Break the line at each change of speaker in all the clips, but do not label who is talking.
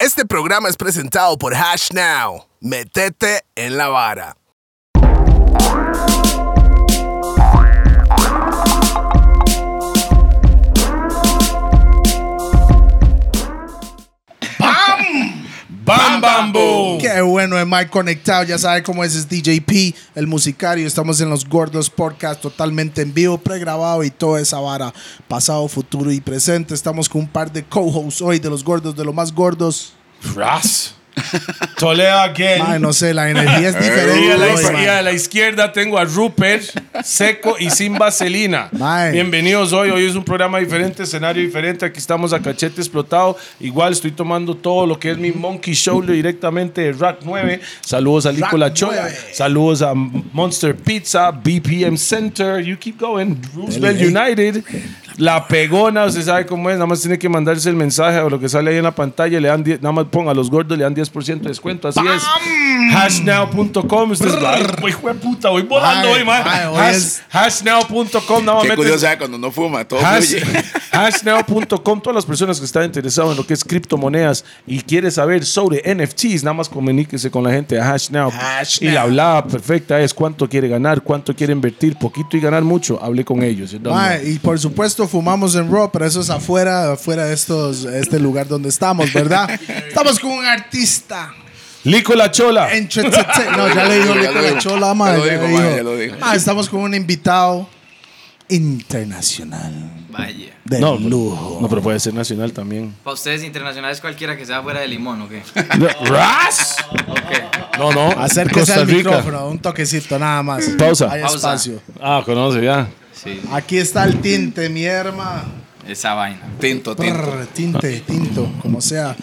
Este programa es presentado por Hash Now. Metete en la vara.
Bam Bam Boom.
Qué bueno es Mike Conectado, ya sabe cómo es, es DJP, el musicario. Estamos en los Gordos Podcast totalmente en vivo, pregrabado y toda esa vara, pasado, futuro y presente. Estamos con un par de co-hosts hoy de los Gordos, de los más gordos.
Ras. Toledo again.
Ay, no sé, la energía es
Y a, la
diferente. hoy,
izquierda, y
mae.
a la izquierda tengo a Rupert, seco y sin vaselina.
Mae.
Bienvenidos hoy. Hoy es un programa diferente, escenario diferente. Aquí estamos a cachete explotado. Igual estoy tomando todo lo que es mi Monkey Show directamente de Rack 9. Saludos a Nicola Chola.
9.
Saludos a Monster Pizza, BPM Center. You keep going. Roosevelt
Dele. eh.
United. La pegona, usted sabe cómo es. Nada más tiene que mandarse el mensaje o lo que sale ahí en la pantalla. Le dan 10 nada más ponga a los gordos, le dan 10% de descuento. Así es. Hashnow.com. Usted es ay, güey, hijo de puta, voy volando
Ay,
hoy, man.
ay, hoy
Hash-
es-
Hashnow.com. Nada más
Qué
metes-
curioso, ¿sabes? cuando no fuma, todo
Hash-
fluye.
Hashnow.com, todas las personas que están interesadas en lo que es criptomonedas y quiere saber sobre NFTs, nada más comuníquese con la gente de Hashnow. y la hablada perfecta es cuánto quiere ganar, cuánto quiere invertir, poquito y ganar mucho. Hable con ellos. you don't
Mae, y por supuesto fumamos en Raw, pero eso es afuera, afuera de estos, este lugar donde estamos, ¿verdad? estamos con un artista.
know. Lico La Chola.
Entretete- No, ya le dijo
Ya lo
Nicola
dijo.
Chola,
Ya
mae,
lo
ya
dijo,
le
mae,
dijo.
ya lo dijo.
Ah, estamos con un invitado internacional
Vaya.
de
No, pues,
lujo.
no, pero puede ser nacional también.
Para ustedes internacionales cualquiera que sea fuera de limón, ¿o qué?
¿Ras?
Ok.
No, no.
Acérquese al micrófono, un toquecito nada más.
Pausa.
Hay
Pausa.
espacio.
Ah, conoce ya.
Sí,
Aquí está el tinte, mi herma.
esa vaina.
Tinto, tinto.
Prr, tinte, tinto, como sea.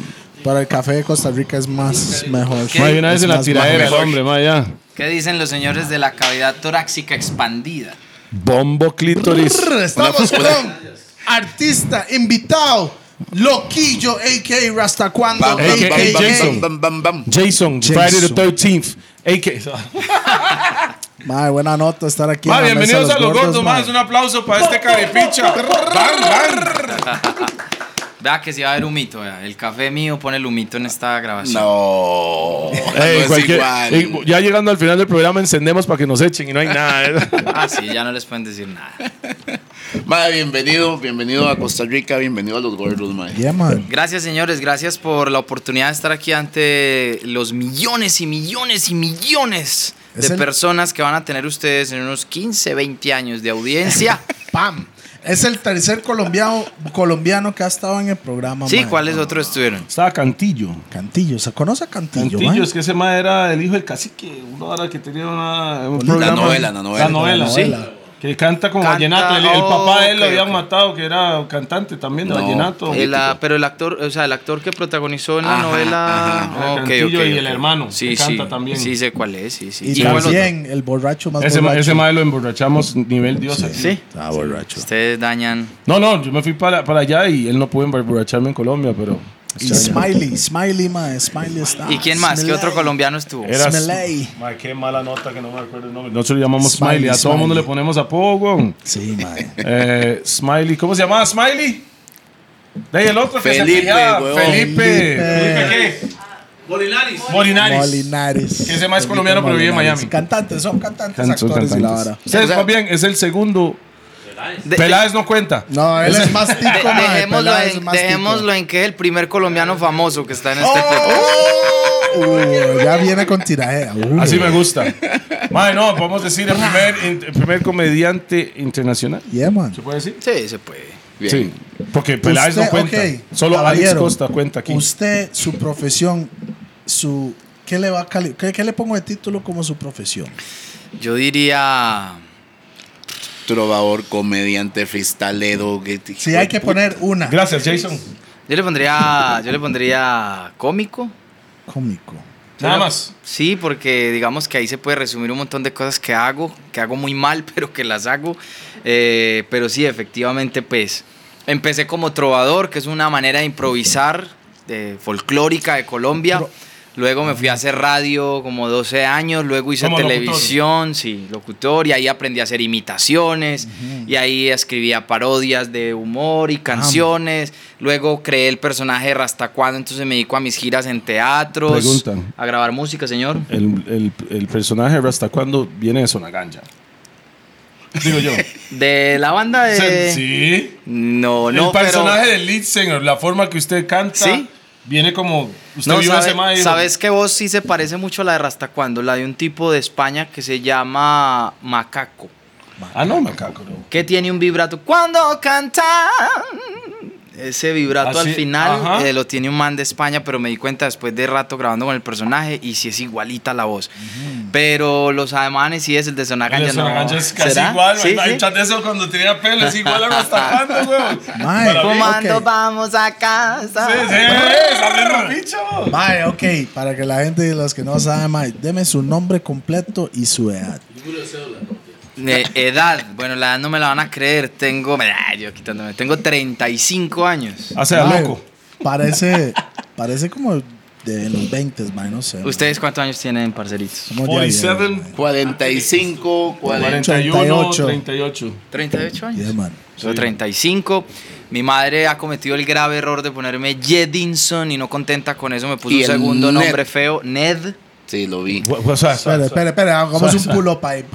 Para el café de Costa Rica es más mejor.
¿Qué? Mae,
una vez
Es
en la
más
tiradera, el
mejor.
hombre, más ya.
¿Qué dicen los señores de la cavidad torácica expandida?
Bombo clítoris.
Prr, Estamos con artista, invitado, loquillo, a.k.a. Rastacuando,
Bam, bam,
a.k.a.
AK,
bam,
Eh, Jason.
bam, bam, bam, bam.
Jason, Friday the 13th. AK.
Mae, buena nota estar aquí.
Ma,
en la mesa
bienvenidos
de
a los gordos,
mae.
más. Un aplauso para este carepicha.
Vea que si va a haber humito, vea. El café mío pone el humito en esta grabación.
No.
Ey,
no es
cualquier-
Pues igual.
ey, ya llegando al final del programa, encendemos para que nos echen y no hay nada. ¿eh?
Ah, sí, ya no les pueden decir nada.
Madre, bienvenido, bienvenido a Costa Rica, bienvenido a los gordos, madre.
Yeah, man.
Gracias, señores. Gracias por la oportunidad de estar aquí ante los millones y millones y millones
Es
de
el-
personas que van a tener ustedes en unos 15, 20 años de audiencia.
Pam. Es el tercer colombiano, colombiano que ha estado en el programa.
Sí,
mae.
¿cuáles otros estuvieron?
Estaba Cantillo.
Cantillo, ¿se conoce a Cantillo? mae?
que ese más era el hijo del cacique. Una hora que tenía una, un
La novela, la novela.
novela, sí.
Que canta con
Canta, oh, ok, ok.
matado, que era cantante también
No,
El, ah, pero el actor, o sea, el actor que protagonizó en la
Ajá,
novela.
ajá.
Ah, ok,
Cantillo
ok,
y el
ok.
hermano,
Sí,
que
sí.
canta también.
Sí, sé cuál es, sí, sí.
Y
cuál otro?
también el borracho más
Ese, ma-
borracho.
ese mae lo emborrachamos nivel dios aquí.
Sí.
Ah, borracho.
Ustedes dañan.
No, no, yo me fui para, para allá y él no pudo emborracharme en Colombia, pero.
Y Smiley, Smiley, mae. Smiley está.
¿Y quién más? ¿Qué
Smiley.
otro colombiano estuvo?
Era-
Smeley.
Mae, qué mala nota que no me acuerdo el nombre. Nosotros le llamamos Smiley,
Smiley,
a todo
Smiley.
el mundo le ponemos apodo, weón.
Sí, mae.
Eh, Smiley, ¿cómo se llamaba Smiley? De ahí el otro que
Felipe,
se peleaba.
weón.
Felipe.
Felipe.
¿Felipe qué? Molinaris. Molinares.
Molinares.
Que ese mae es colombiano, pero vive en
Molinares.
Miami.
Cantantes, son cantantes, actores y la vara.
Ustedes,
O sea-
más bien, es el segundo.
De-
Peláez no cuenta.
No, él es más tico,
de-
mae,
dejémoslo,
Peláez es
en,
más Oh. tico.
dejémoslo en que es el primer colombiano famoso que está en este podcast.
Uh, ya viene con tiradera. Uh.
Así me gusta. Mae, no, podemos decir el primer, el primer comediante internacional.
Yeah, man.
¿Se puede decir?
Sí, se puede.
Bien.
Sí, porque Peláez no
Usted-
cuenta.
ok,
Solo Alex
caballero,
Costa cuenta aquí.
Usted, su profesión, su ¿qué le va a cali- qué, qué le pongo de título como su profesión?
Yo diría.
Trovador, comediante, freestaledo. que-
Si hay que poner una
Gracias, Jason.
Yo le pondría. Yo le pondría cómico.
cómico.
Nada más.
Sí, porque digamos que ahí se puede resumir un montón de cosas que hago, que hago muy mal, pero que las hago. Eh, pero sí, efectivamente, pues empecé como trovador, que es una manera de improvisar, eh, folclórica de Colombia. Luego me fui a hacer radio como 12 años, luego hice
Como locutor.
televisión, sí, locutor, y ahí aprendí a hacer imitaciones, y ahí escribía parodias de humor
Ah,
y canciones. Luego creé el personaje de Rastacuado, entonces me dedico a mis giras en teatros,
Preguntan.
a grabar música, señor.
El, el, el personaje de Rasta cuando viene de Sonaganja. Digo yo.
De la banda de...
sí.
Eh. No, no,
el personaje del lead singer, la forma que usted canta,
Sí.
viene como. Usted
pero... No,
vio
sabe-
hace más.
sabes que vos sí se parece mucho a la de Rastacuando, la de un tipo de España que se llama Macaco.
Ah, no, macaco. No.
que tiene un vibrato. Cuando canta. Ese vibrato
Así,
al final
Ah, ajá.
eh, lo tiene un man de España, pero me di cuenta después de rato grabando con el personaje y si es igualita la voz. Pero los alemanes sí es el de
El
Sonaganja.
de Sonaganja
no.
es casi
¿Será?
igual.
Sí,
hay
sí.
muchas de esos cuando tenía pelo, es igual a Rastafari, weón.
Mae,
Para mí-
¿cómo?
Fumando,
Ok.
vamos a casa.
Sí, sí, es, abriendo picha, weón.
Mae, ok, para que la gente y los que no saben, mae, deme su nombre completo y su edad.
Eh, edad. Bueno, la edad no me la van a creer. Tengo. Ah, yo quitándome. Tengo 35 años.
O sea,
Mae,
loco.
Parece, parece como de los 20, mae, no sé. mae.
¿Ustedes cuántos años tienen, parceritos?
Somos de ayer,
47,
45, 40.
41,
38.
38.
38 años.
mae. Yeah, man.
Soy 35. Mi madre ha cometido el grave error de ponerme Jedinson y no contenta con eso me puso
Y
un
el
segundo
Ned.
nombre feo, Ned.
Sí, lo vi.
O sea,
Espera, espera, espera, hagamos un
Suave,
pull up ahí.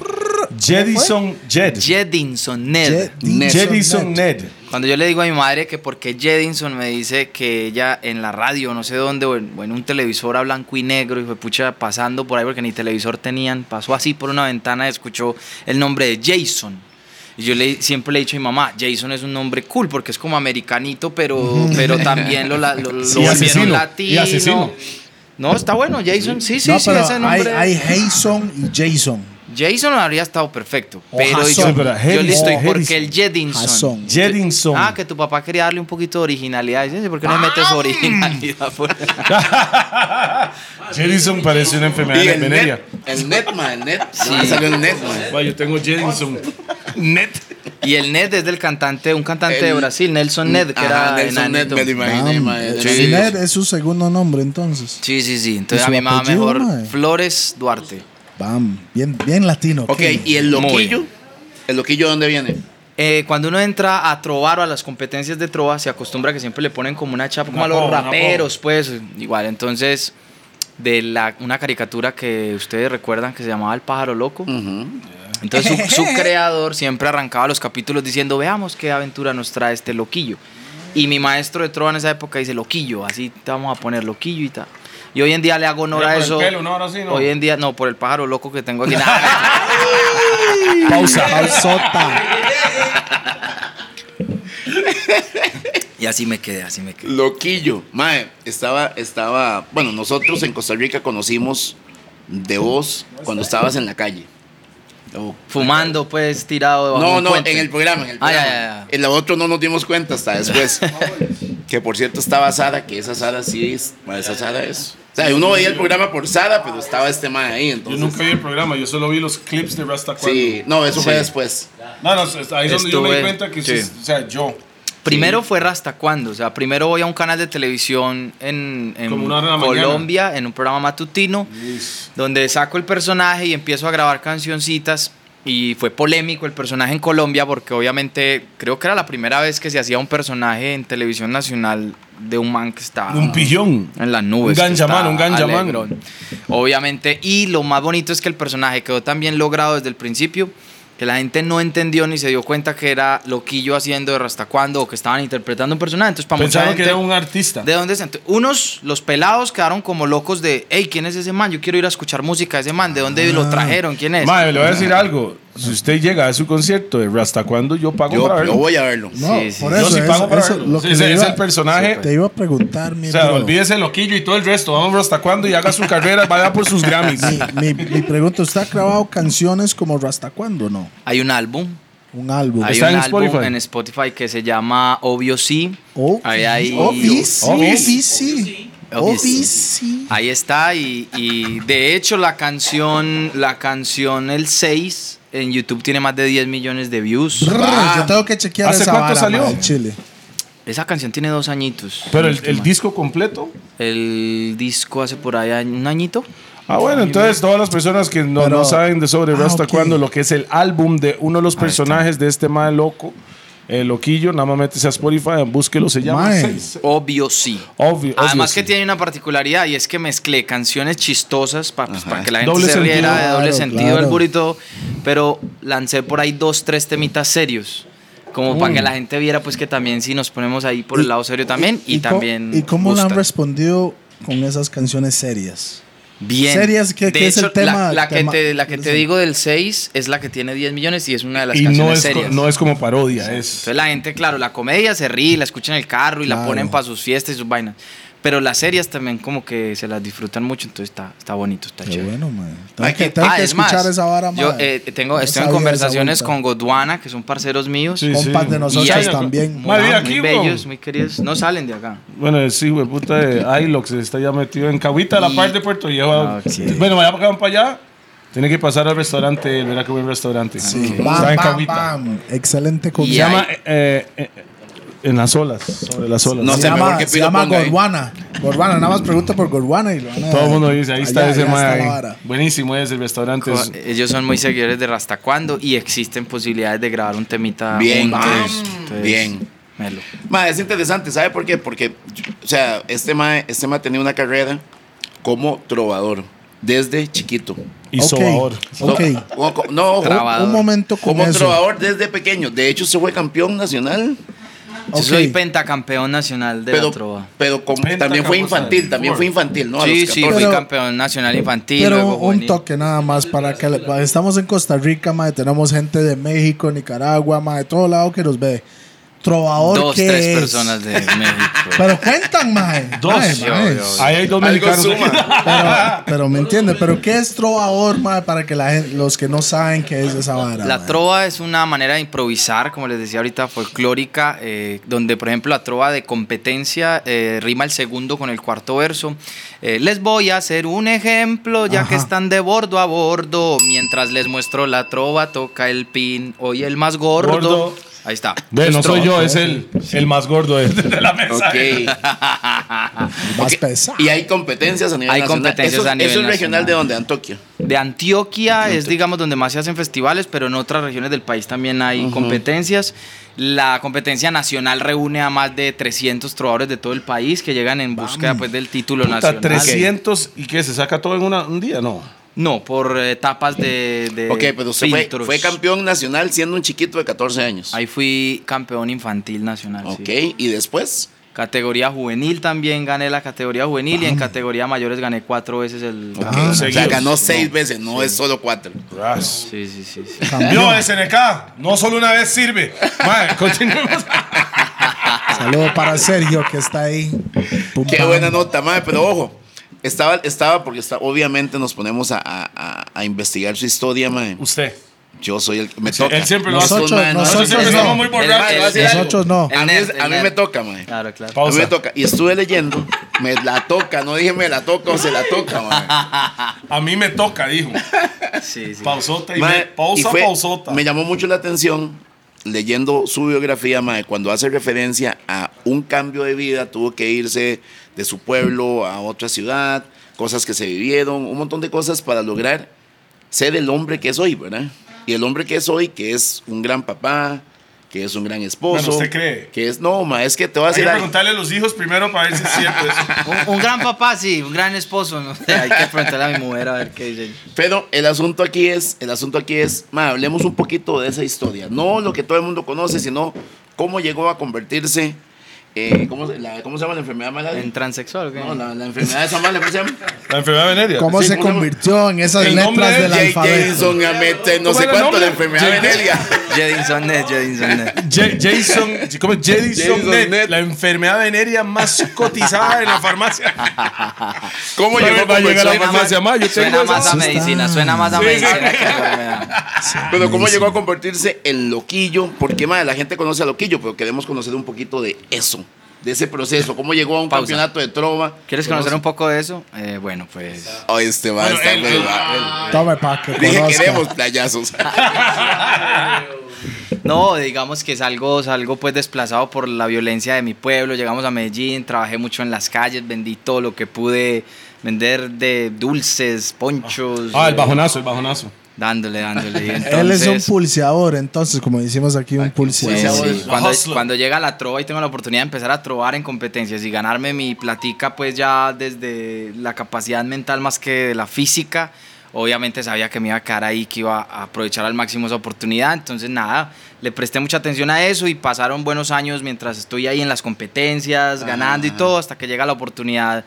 Jedison Jed.
Jedinson, Ned.
Ned.
Jedison Ned.
Cuando yo le digo a mi madre que porque Jedinson me dice que ella en la radio, no sé dónde, o en, o en un televisor a blanco y negro, y fue pucha pasando por ahí porque ni televisor tenían, pasó así por una ventana y escuchó el nombre de Jason. Y yo le, siempre le he dicho a mi mamá, Jason es un nombre cool porque es como americanito, pero, pero también lo, la- lo, lo
Sí,
volvieron
asesino,
latino.
y asesino.
No, está bueno, Jason, sí, sí,
no,
sí,
pero
ese
hay,
nombre.
hay Jason y Jason.
Jason habría estado perfecto,
O
pero yo,
Jason.
Pero
yo le estoy
Jason,
porque el
Jason.
Jedinson.
Jason.
Jedinson.
Ah, que tu papá quería darle un poquito de originalidad. Dice, ¿por qué no le metes originalidad? por ahí?
Jedison parece una enfermedad
Y
de
el net,
veneria.
el Netman, el Net. Sí. salió el Netman.
Yo tengo Jedison. Net.
y el Ned es del cantante, un cantante de
El-
Brasil, Nelson Ned, que
Ajá,
era
Nelson Net,
enanito.
me lo imaginé, ma,
Ah,
era
sí, Ned
enanito.
es su segundo nombre entonces.
Sí, sí, sí.
¿Y
Entonces
su
a mi mamá
apellido,
mejor
mae?
Flores Duarte.
Bam, bien, bien latino.
Ok,
Kenny.
¿y el
Muy
loquillo?
bien.
¿El loquillo dónde viene?
Eh, cuando uno entra a trovar o a las competencias de trova, se acostumbra que siempre le ponen como una chapa, como a los
pova, una
raperos, pues. Igual, entonces, de la, una caricatura que ustedes recuerdan que se llamaba El Pájaro Loco. Entonces, su, su creador siempre arrancaba los capítulos diciendo, veamos qué aventura nos trae este loquillo. Y mi maestro de trova en esa época dice, loquillo, así te vamos a poner loquillo y tal. Y hoy en día le hago honor
Era
a
por el
eso.
pelo, ¿no? Ahora sí, ¿no?
Hoy en día, no, por el pájaro loco que tengo aquí. Nada.
pausa, pausota.
Y así me quedé, así me quedé.
Loquillo. Mae, estaba, estaba. Bueno, nosotros en Costa Rica conocimos de vos cuando estabas en la calle. O-
Fumando, pues, tirado. bajo
Oh. No,
un
no,
puente.
en el programa. En el
Ah, ya,
programa.
ya, ya.
En la otro no nos dimos cuenta hasta después. que por cierto estaba Sara, que esa Sara sí es. mae, Esa Sara es. O sea, uno veía el programa por Sara, pero estaba este mae ahí.
Yo
Entonces,
nunca vi el programa, yo solo vi los clips de Rasta
Sí, no, eso fue después.
No, no, es- ahí es donde yo me
Estuve-
di cuenta que,
sí.
sí, o sea, yo,
Primero fue Rasta cuando, o sea, primero voy a un canal de televisión en, en
Como una hora de la
Colombia, en un programa matutino, donde saco el personaje y empiezo a grabar cancioncitas. Y fue polémico el personaje en Colombia porque obviamente creo que era la primera vez que se hacía un personaje en televisión nacional de un man que estaba...
un pillón.
En las nubes.
Un
que
ganjamán,
está
un ganjamán.
alegrón. Obviamente. Y lo más bonito es que el personaje quedó tan bien logrado desde el principio que la gente no entendió ni se dio cuenta que era loquillo haciendo de Rastacuando o que estaban interpretando un personaje. Entonces, para mucha
Pensaron
gente,
que era un artista.
¿De dónde es? Entonces, Unos, los pelados, quedaron como locos de, hey, ¿quién es ese man? Yo quiero ir a escuchar música de ese man. ¿De
Ah.
dónde lo trajeron? ¿Quién es?
Madre, le voy a decir algo. Si usted llega a su concierto de Rasta cuando yo pago para
Yo, yo
verlo.
voy a verlo.
No,
Sí, sí.
por
Yo
eso.
sí
eso-
pago para
eso
verlo.
lo
Sí,
que
ese
le
ese
iba-
es el personaje.
Te iba a preguntar, mi
O sea,
bro.
olvídese loquillo y todo el resto. Vamos a Rasta cuando y haga su carrera, vaya por sus Grammys.
Mi, mi pregunta, ¿usted ha grabado canciones como Rasta cuándo no?
Hay un álbum.
Un álbum.
Hay
Está
un
en
álbum
Spotify.
en Spotify que se llama Obvio Sí.
Oh,
Ahí hay-
oh, sí, sí,
Obis.
sí, sí.
Obis.
Obis, sí.
Ahí está, y, y de hecho la canción, la canción El 6 en YouTube tiene más de 10 millones de views.
Brr, Yo tengo que chequear
Ah, ¿Hace
esa
cuánto
vara,
salió?
mae, Chile.
Esa canción tiene dos añitos.
Pero el,
Si no estoy
el
mal.
disco completo.
El disco hace por ahí un añito.
Ah, bueno, entonces todas las personas que no,
Pero-
no saben de sobre
Ah,
Rasta
ok.
cuando lo que es el álbum de uno de los personajes de este mal loco, el loquillo, nada más métese a Spotify, búsquelo, se llama
Mae.
Seis.
Obvio sí.
Obvio,
Además
obvio,
que
sí.
tiene una particularidad y es que mezclé canciones chistosas pa- pues, para que la gente
Doble
se
sentido,
riera de doble
claro,
sentido
claro.
del burrito, pero lancé por ahí dos, tres temitas serios. Como para que la gente viera pues que también si nos ponemos ahí por el lado serio también y,
cómo-
también...
¿Y cómo le han
gustan.
respondido con esas canciones serias?
Bien.
Serias, ¿qué-
De
qué es el
hecho,
tema-
La, la que,
tema-
te, la que te
Sí.
digo del 6 es la que tiene 10 millones y es una de las
Y
canciones
no es, co-
serias.
no es como parodia, es.
Entonces la gente, claro, la comedia se ríe, la escucha en el carro y la
Claro.
ponen para sus fiestas y sus vainas. Pero las series también como que se las disfrutan mucho, entonces está, está bonito, está
Qué
chévere.
bueno, man.
Hay
Tengo que,
que-
tengo
Ah,
que
es más,
escuchar esa vara,
Yo
mae.
eh, tengo,
No
estoy en
sabía esa
conversaciones
vuelta.
con Godwana, que son parceros míos.
Sí,
Compas
sí.
de nosotros
Y hay-
también.
Mae,
Muy,
mira aquí,
muy
bro.
bellos, muy queridos. No salen de acá.
Bueno, sí, güey, puta de Ilox está ya metido en Cahuita, la
Y-
parte de Puerto Lleva.
Ah, sí.
Bueno, vaya para acá, para allá. Tiene que pasar al restaurante, verá que buen restaurante.
Sí.
está
Bam,
en
bam,
Cahuita.
bam.
Se
Excelente
Y
comida.
ahí-
llama eh, eh, En las olas, sobre las olas.
No
se
sé, mejor
llama,
que
se
Pilo
llama
ponga ahí.
Gorwana. Gorwana, nada más pregunta por Gorwana y lo van a-
Todo el mundo dice, ahí está
Allá-
ese
allá
mae.
está la
ahí.
vara. eh,
Buenísimo es el restaurante. es-
Ellos son muy seguidores de Rastacuando y existen posibilidades de grabar un temita
Bien,
juntos.
bien, bien.
melo.
Ma, es interesante, ¿sabe por qué? Porque, o sea, este ma, este ma tenía una carrera como trovador desde chiquito.
y
Ok,
sobador.
Ok.
No, co- no, ojo,
Traba-
Un momento con
como
eso.
trovador desde pequeño. De hecho, se fue campeón nacional,
Yo
Ok.
soy pentacampeón nacional de
pero,
la trova.
pero como-
Penta
también fue
Camosa,
infantil, también
por.
fue infantil, ¿no? A
sí,
los
sí,
14.
fui
Pero-
campeón nacional infantil.
Pero
luego
un
juvenil.
toque nada más para que le- estamos en Costa Rica, mae, tenemos gente de México, Nicaragua, mae, de todo lado que nos ve. Trovador
Dos,
que
tres
es.
personas de México.
Pero cuentan, mae.
Dos.
Mae,
Yo,
mae.
yo, yo.
Ahí hay dos
Algo
mexicanos.
suma.
Pero, pero me entiende, pero ¿qué es trovador, mae? Para que la gen- los que no saben qué es esa vara.
La
mae?
trova es una manera de improvisar, como les decía ahorita, folclórica, eh, donde por ejemplo la trova de competencia eh, rima el segundo con el cuarto verso. Eh, les voy a hacer un ejemplo, ya que
Ajá.
están de bordo a bordo. Mientras les muestro la trova, toca el pin, hoy el más gordo.
Gordo.
Ahí está.
Ve, no
Es trova.
soy yo, es el, el más gordo de, de la mesa.
Ok.
Más
Ok.
pesado.
Y hay competencias a nivel
Hay
nacional.
competencias
Eso-
a nivel
Eso es regional
nacional.
de donde, Antioquia.
De Antioquia es, digamos, donde más se hacen festivales, pero en otras regiones del país también hay competencias. La competencia nacional reúne a más de 300 trovadores de todo el país que llegan en búsqueda pues, del título
Puta,
nacional.
300 y qué, se saca todo en una- un día, no.
No, por eh, etapas de, de
Ok, pero usted fue,
filtros.
fue campeón nacional siendo un chiquito de 14 años.
Ahí fui campeón infantil nacional. sí.
ok, y después.
Categoría juvenil también gané la categoría juvenil y en categoría mayores gané cuatro veces el.
Ok,
Ah,
o sea,
seguidos.
ganó seis veces, no es solo cuatro.
Ras.
Sí, sí, sí. sí.
Vio
Campeón.
SNK, no solo una vez sirve. Mae, continuemos.
Saludo para Sergio que está ahí. Pum,
Qué
pam.
buena nota, madre, pero ojo. Estaba, estaba porque está, obviamente nos ponemos a, a- a- a investigar su historia, madre.
Usted.
Yo soy el que me toca.
él siempre lo hace.
Estos
Nosotros-
maes no
nosotros
hacen-
no.
muy
El-
borrachos.
el- el-
Nosotros no.
A mí, es- a mí me toca, madre.
Claro, claro.
A mí me
Pausa.
toca. Y estuve leyendo, me la toca, no dije me la toca o se la toca, madre.
A mí me toca, dijo.
Sí, sí.
Pausota y
Madre,
me, pausa,
y fue-
pausota.
Me llamó mucho la atención leyendo su biografía, madre, cuando hace referencia a un cambio de vida, tuvo que irse de su pueblo a otra ciudad, cosas que se vivieron, un montón de cosas para lograr ser el hombre que es hoy, ¿verdad? Y el hombre que es hoy, que es un gran papá, que es un gran esposo.
Bueno, ¿usted cree?
Que es, no, ma, es que te voy a
Hay que
decir algo.
preguntarle a los hijos primero para ver si es cierto eso.
Un, un gran papá, sí, un gran esposo. ¿no? Hay que preguntarle a mi mujer a ver qué dice.
Pero el asunto aquí es, el asunto aquí es, ma, hablemos un poquito de esa historia. No lo que todo el mundo conoce, sino cómo llegó a convertirse, eh, ¿cómo, se- la- ¿cómo se llama la enfermedad mala?
¿En transexual? o qué?
No, la, la enfermedad esa mala, ¿cómo se llama?
La enfermedad venérea.
¿Cómo
Sí,
se
¿cómo se
convirtió en esas
El nombre
letras
de
del
Jay
alfabeto?
Jason, Amete, no
¿Cómo
sé
era el
cuánto, la
nombre?
enfermedad
Jay-
venérea.
Jedinson Net, Jedinson Net.
Je- Jason, ¿cómo es? Jedison
Jedison
Net,
Net.
la enfermedad venérea más cotizada en la farmacia.
¿Cómo
Todavía
llegó
va a llegar
convertirse
la farmacia, ma, Pues yo
Suena
tengo
más
esa.
a medicina, suena más a
Sí, sí.
medicina que a enfermedad.
Pero cómo llegó a convertirse en loquillo, porque ma, la gente conoce a loquillo, pero queremos conocer un poquito de eso, de ese proceso, cómo llegó a un
Pausa.
campeonato de trova.
¿Quieres conocer un poco de eso? Eh, bueno, pues.
Ay, este va a
Bueno,
estar,
él-
pero
él-
va-
Tome para que
Dije,
conozca.
queremos playazos.
No, digamos que salgo, salgo pues desplazado por la violencia de mi pueblo. Llegamos a Medellín, trabajé mucho en las calles, vendí todo lo que pude vender de dulces, ponchos.
Ah, el
eh,
bajonazo, el bajonazo.
Dándole, dándole. Y
Él es un
entonces,
pulseador, entonces, como decimos aquí, un pulseador.
pues,
pulseador.
sí, Cuando,
Hustler.
cuando llega la trova y tengo la oportunidad de empezar a trovar en competencias y ganarme mi platica, pues ya desde la capacidad mental más que de la física, obviamente sabía que me iba a quedar ahí, que iba a aprovechar al máximo esa oportunidad. Entonces, nada, le presté mucha atención a eso y pasaron buenos años mientras estoy ahí en las competencias, ganando y todo, hasta que llega la oportunidad.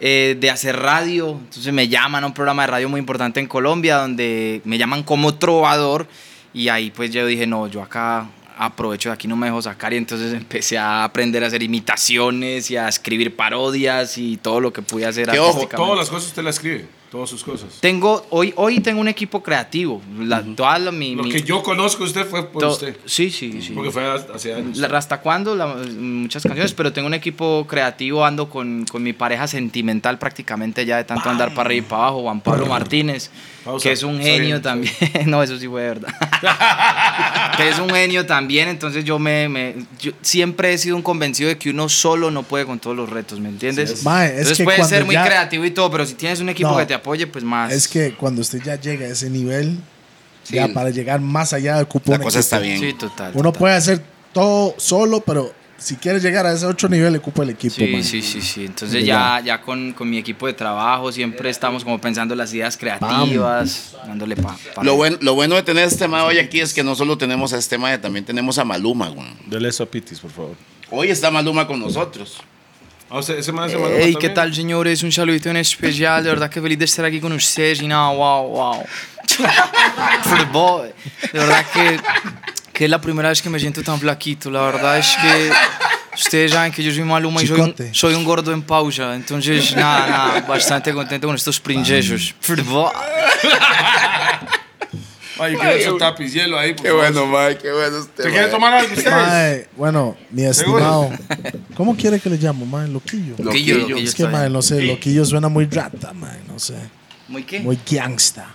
eh, de hacer radio, entonces me llaman a un programa de radio muy importante en Colombia donde me llaman como trovador y ahí pues yo dije, no, yo acá aprovecho de aquí, no me dejo sacar. Y entonces empecé a aprender a hacer imitaciones y a escribir parodias y todo lo que pude hacer
Que ojo,
artísticamente.
Todas las cosas usted las escribe, todas sus cosas.
Tengo, hoy, hoy tengo un equipo creativo. La, toda la- mi,
Lo
mi-
que yo conozco de usted fue por
to-
usted.
Sí, sí, sí.
Porque fue hace años.
La- ¿Hasta cuándo? La- muchas canciones, pero tengo un equipo creativo, ando con, con mi pareja sentimental prácticamente ya de tanto andar para arriba y para abajo, Juan Pablo Martínez,
Pausa.
que es un
Está bien,
genio
está
también, no, eso sí fue de verdad, que es un genio también, entonces yo me, me- yo siempre he sido un convencido de que uno solo no puede con todos los retos, ¿me entiendes?
es. Mae, es
entonces
que
puedes
cuando
ser muy
ya-
creativo y todo, pero si tienes un equipo
No.
que te apoye, pues más.
Es que cuando usted ya llega a ese nivel,
Sí.
ya para llegar más allá del cupón.
La cosa está bien.
Sí, total.
Uno
total.
puede hacer todo solo, pero si quiere llegar a ese otro nivel, le ocupa el equipo.
Sí,
man.
sí, sí, sí. Entonces
Mire,
ya, ya con, con mi equipo de trabajo siempre estamos como pensando las ideas creativas, dándole pa, pa-
Lo, buen- lo bueno de tener este tema hoy aquí es que no solo tenemos a este mae, también tenemos a Maluma, güey.
Dele eso a Pitis, por favor.
Hoy está Maluma con nosotros.
Ah, usted- ese man, ese man,
Hey,
¿también?
¿qué tal, señores? Un saludito en especial. De verdad que feliz de estar aquí con ustedes. Y nada, wow, wow. Fútbol. De verdad que, que es la primera vez que me siento tan flaquito. La verdad es que ustedes saben que yo soy Maluma y soy un,
Chicote.
soy un gordo en pausa. Entonces, nada, nada, bastante contento con estos princesos. Fútbol.
Ay, yo quiero su tapiz hielo ahí. por
Qué
favor.
bueno, mae, qué bueno este
¿Se quiere
mae.
tomar algo ustedes?
Mae, bueno, mi estimado,
¿Seguro?
¿cómo quiere que le llamo, mae? Loquillo.
Loquillo,
Loquillo.
loquillo
es que,
está
mae,
bien.
no sé, loquillo suena muy rata, mae, no sé.
¿Muy qué?
Muy gangsta.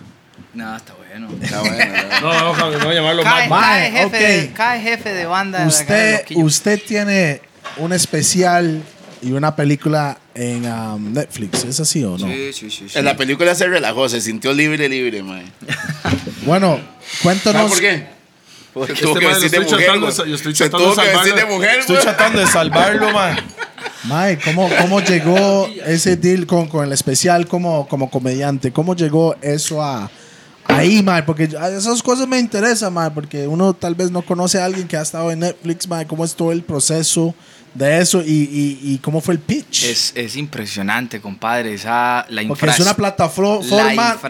No, está bueno.
Está Ah, bueno, ¿verdad?
No, no, no, no, no llamarlo
Cae,
mal.
Mae,
cae jefe,
ok.
de, cae jefe de banda.
Usted, usted tiene un especial y una película en um, Netflix, ¿es así o no?
Sí, sí, sí.
En la película se relajó, se sintió libre, libre, mae.
Bueno,
¿Sabes
cuéntanos.
por qué? Porque
este
tuvo que
mae lo
vestir de
estoy
mujer,
tratando
güey.
de- yo estoy
Se
tratando
tuvo
de
que vestir de
salvarlo.
mujer,
Estoy
güey.
tratando de salvarlo, man.
Mae, ¿cómo, ¿cómo llegó ese deal con, con el especial como, como comediante? ¿Cómo llegó eso a ahí, mae? Porque yo- esas cosas me interesan, mae, porque uno tal vez no conoce a alguien que ha estado en Netflix, mae. ¿Cómo es todo el proceso de eso y, y- y cómo fue el pitch?
Es, es impresionante, compadre. Esa, la
porque es una
infraestructura- la
plataforma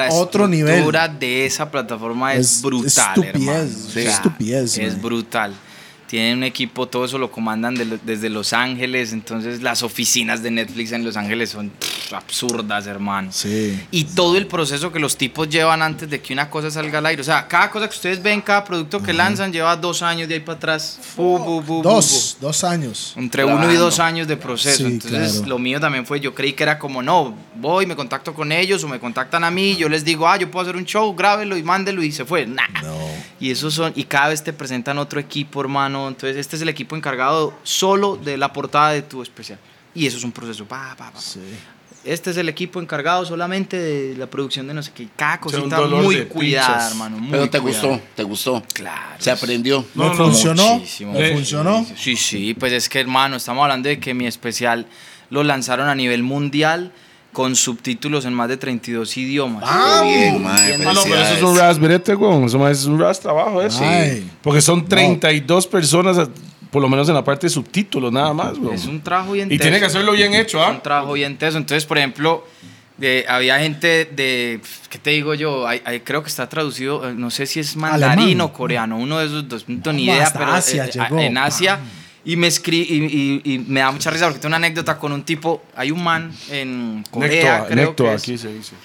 a otro nivel.
infraestructura de esa plataforma es,
Es
brutal,
estupidez,
hermano.
es estupidez,
Es
man.
brutal. Tienen un equipo, todo eso lo comandan de lo- desde Los Ángeles. Entonces, las oficinas de Netflix en Los Ángeles son pff, absurdas, hermano.
Sí.
Y todo el proceso que los tipos llevan antes de que una cosa salga al aire. O sea, cada cosa que ustedes ven, cada producto que lanzan, lleva dos años de ahí para atrás. Bu, bu, bu, bu,
Dos, dos años.
bu. Entre uno y dos años de proceso.
Sí,
Entonces,
claro.
lo mío también fue, yo creí que era como, no, voy, me contacto con ellos o me contactan a mí, yo les digo, ah, yo puedo hacer un show, grábelo y mándelo y se fue. Nah. Y eso son, y cada vez te presentan otro equipo, hermano. Entonces, este es el equipo encargado solo de la portada de tu especial. Y eso es un proceso. Pa, pa, pa, pa. Este es el equipo encargado solamente de la producción de no sé qué. Cada
sea, un
cosita
dolor
muy
de
cuidada,
pinzas.
hermano. Muy
Pero te
cuidada.
gustó, te gustó.
Claro.
Se aprendió.
No,
¿No,
no,
funcionó?
muchísimo.
¿No
Eh,
funcionó?
Sí, sí, pues es que hermano, estamos hablando de que mi especial lo lanzaron a nivel mundial con subtítulos en más de 32 idiomas.
Qué Bien, mae.
Entiendo.
Ah, no, pero eso es
felicidades.
un rasberete, güey. Eso mae, es un ras trabajo, ¿eh?
Ay.
Porque son 32 personas, eh, por lo menos en la parte de subtítulos, nada más, güey.
Es un trabajo bien
Y tiene
teso.
que hacerlo bien hecho,
Es
¿ah?
un trabajo bien teso. Entonces, por ejemplo, de- había gente de, ¿qué te digo yo? Hay- hay- creo que está traducido, eh, no sé si es mandarín
Alemán.
o coreano, uno de esos dos, no tengo ni
Ah,
idea,
hasta
pero
Asia
eh,
llegó.
a- en Asia. Y me, escri y, y- y me da mucha risa porque tengo una anécdota con un tipo, hay un man en Corea,
Nectoa,
creo
nectoa,
que es.
ah, aquí se dice.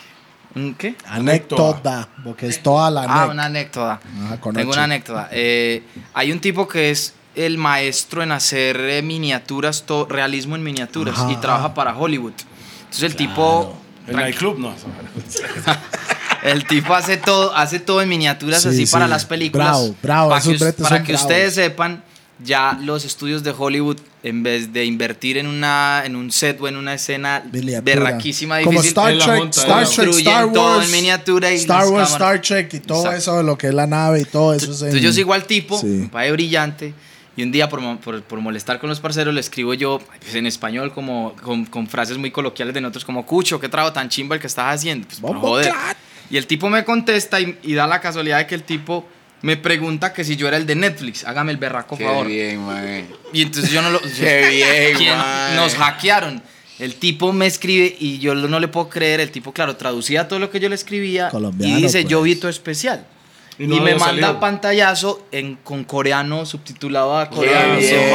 ¿Un ¿Qué?
Anécdota, porque es toda la
Ah,
anécdota.
una anécdota.
Ah, con
Tengo
H.
una anécdota. Eh, hay un tipo que es el maestro en hacer eh, miniaturas, to- realismo en miniaturas,
Ajá.
y trabaja para Hollywood. Entonces el tipo...
El
tranqui-
nightclub, no.
El tipo hace todo, hace todo en miniaturas
Sí,
así
sí.
para las películas.
Bravo, bravo,
Para
esos
que, us-
bretes
para
son
que
bravos.
ustedes sepan, ya los estudios de Hollywood, en vez de invertir en una, en un set o en una escena
Miniatura.
berraquísima
Como
difícil,
Star
Él la
Trek,
monta,
Star
él la
Trek,
construyen
Star Wars.
todo en miniatura y
Star Wars,
las cámaras.
Star Trek y todo
Exacto.
eso de lo que es la nave y todo eso. es en-
Entonces yo sigo al tipo,
Sí.
un padre brillante, y un día por, mo- por- por molestar con los parceros le escribo yo pues, en español como con, con frases muy coloquiales de nosotros como Cucho, qué trago tan chimba el que estás haciendo. Pues, por
Bombo
joder.
clat.
Y el tipo me contesta y, y da la casualidad de que el tipo me pregunta que si yo era el de Netflix, hágame el berraco
Qué
favor.
bien, mae.
Y entonces yo no lo.
Qué bien,
¿Quién?
mae.
Nos hackearon. El tipo me escribe y yo lo- no le puedo creer. El tipo, claro, traducía todo lo que yo le escribía
Colombiano,
y dice:
pues.
Yo vi tu especial.
Y
Y,
no
me
había
manda
salido.
pantallazo en, con coreano subtitulado a coreano.
bien,
Sí,
mae.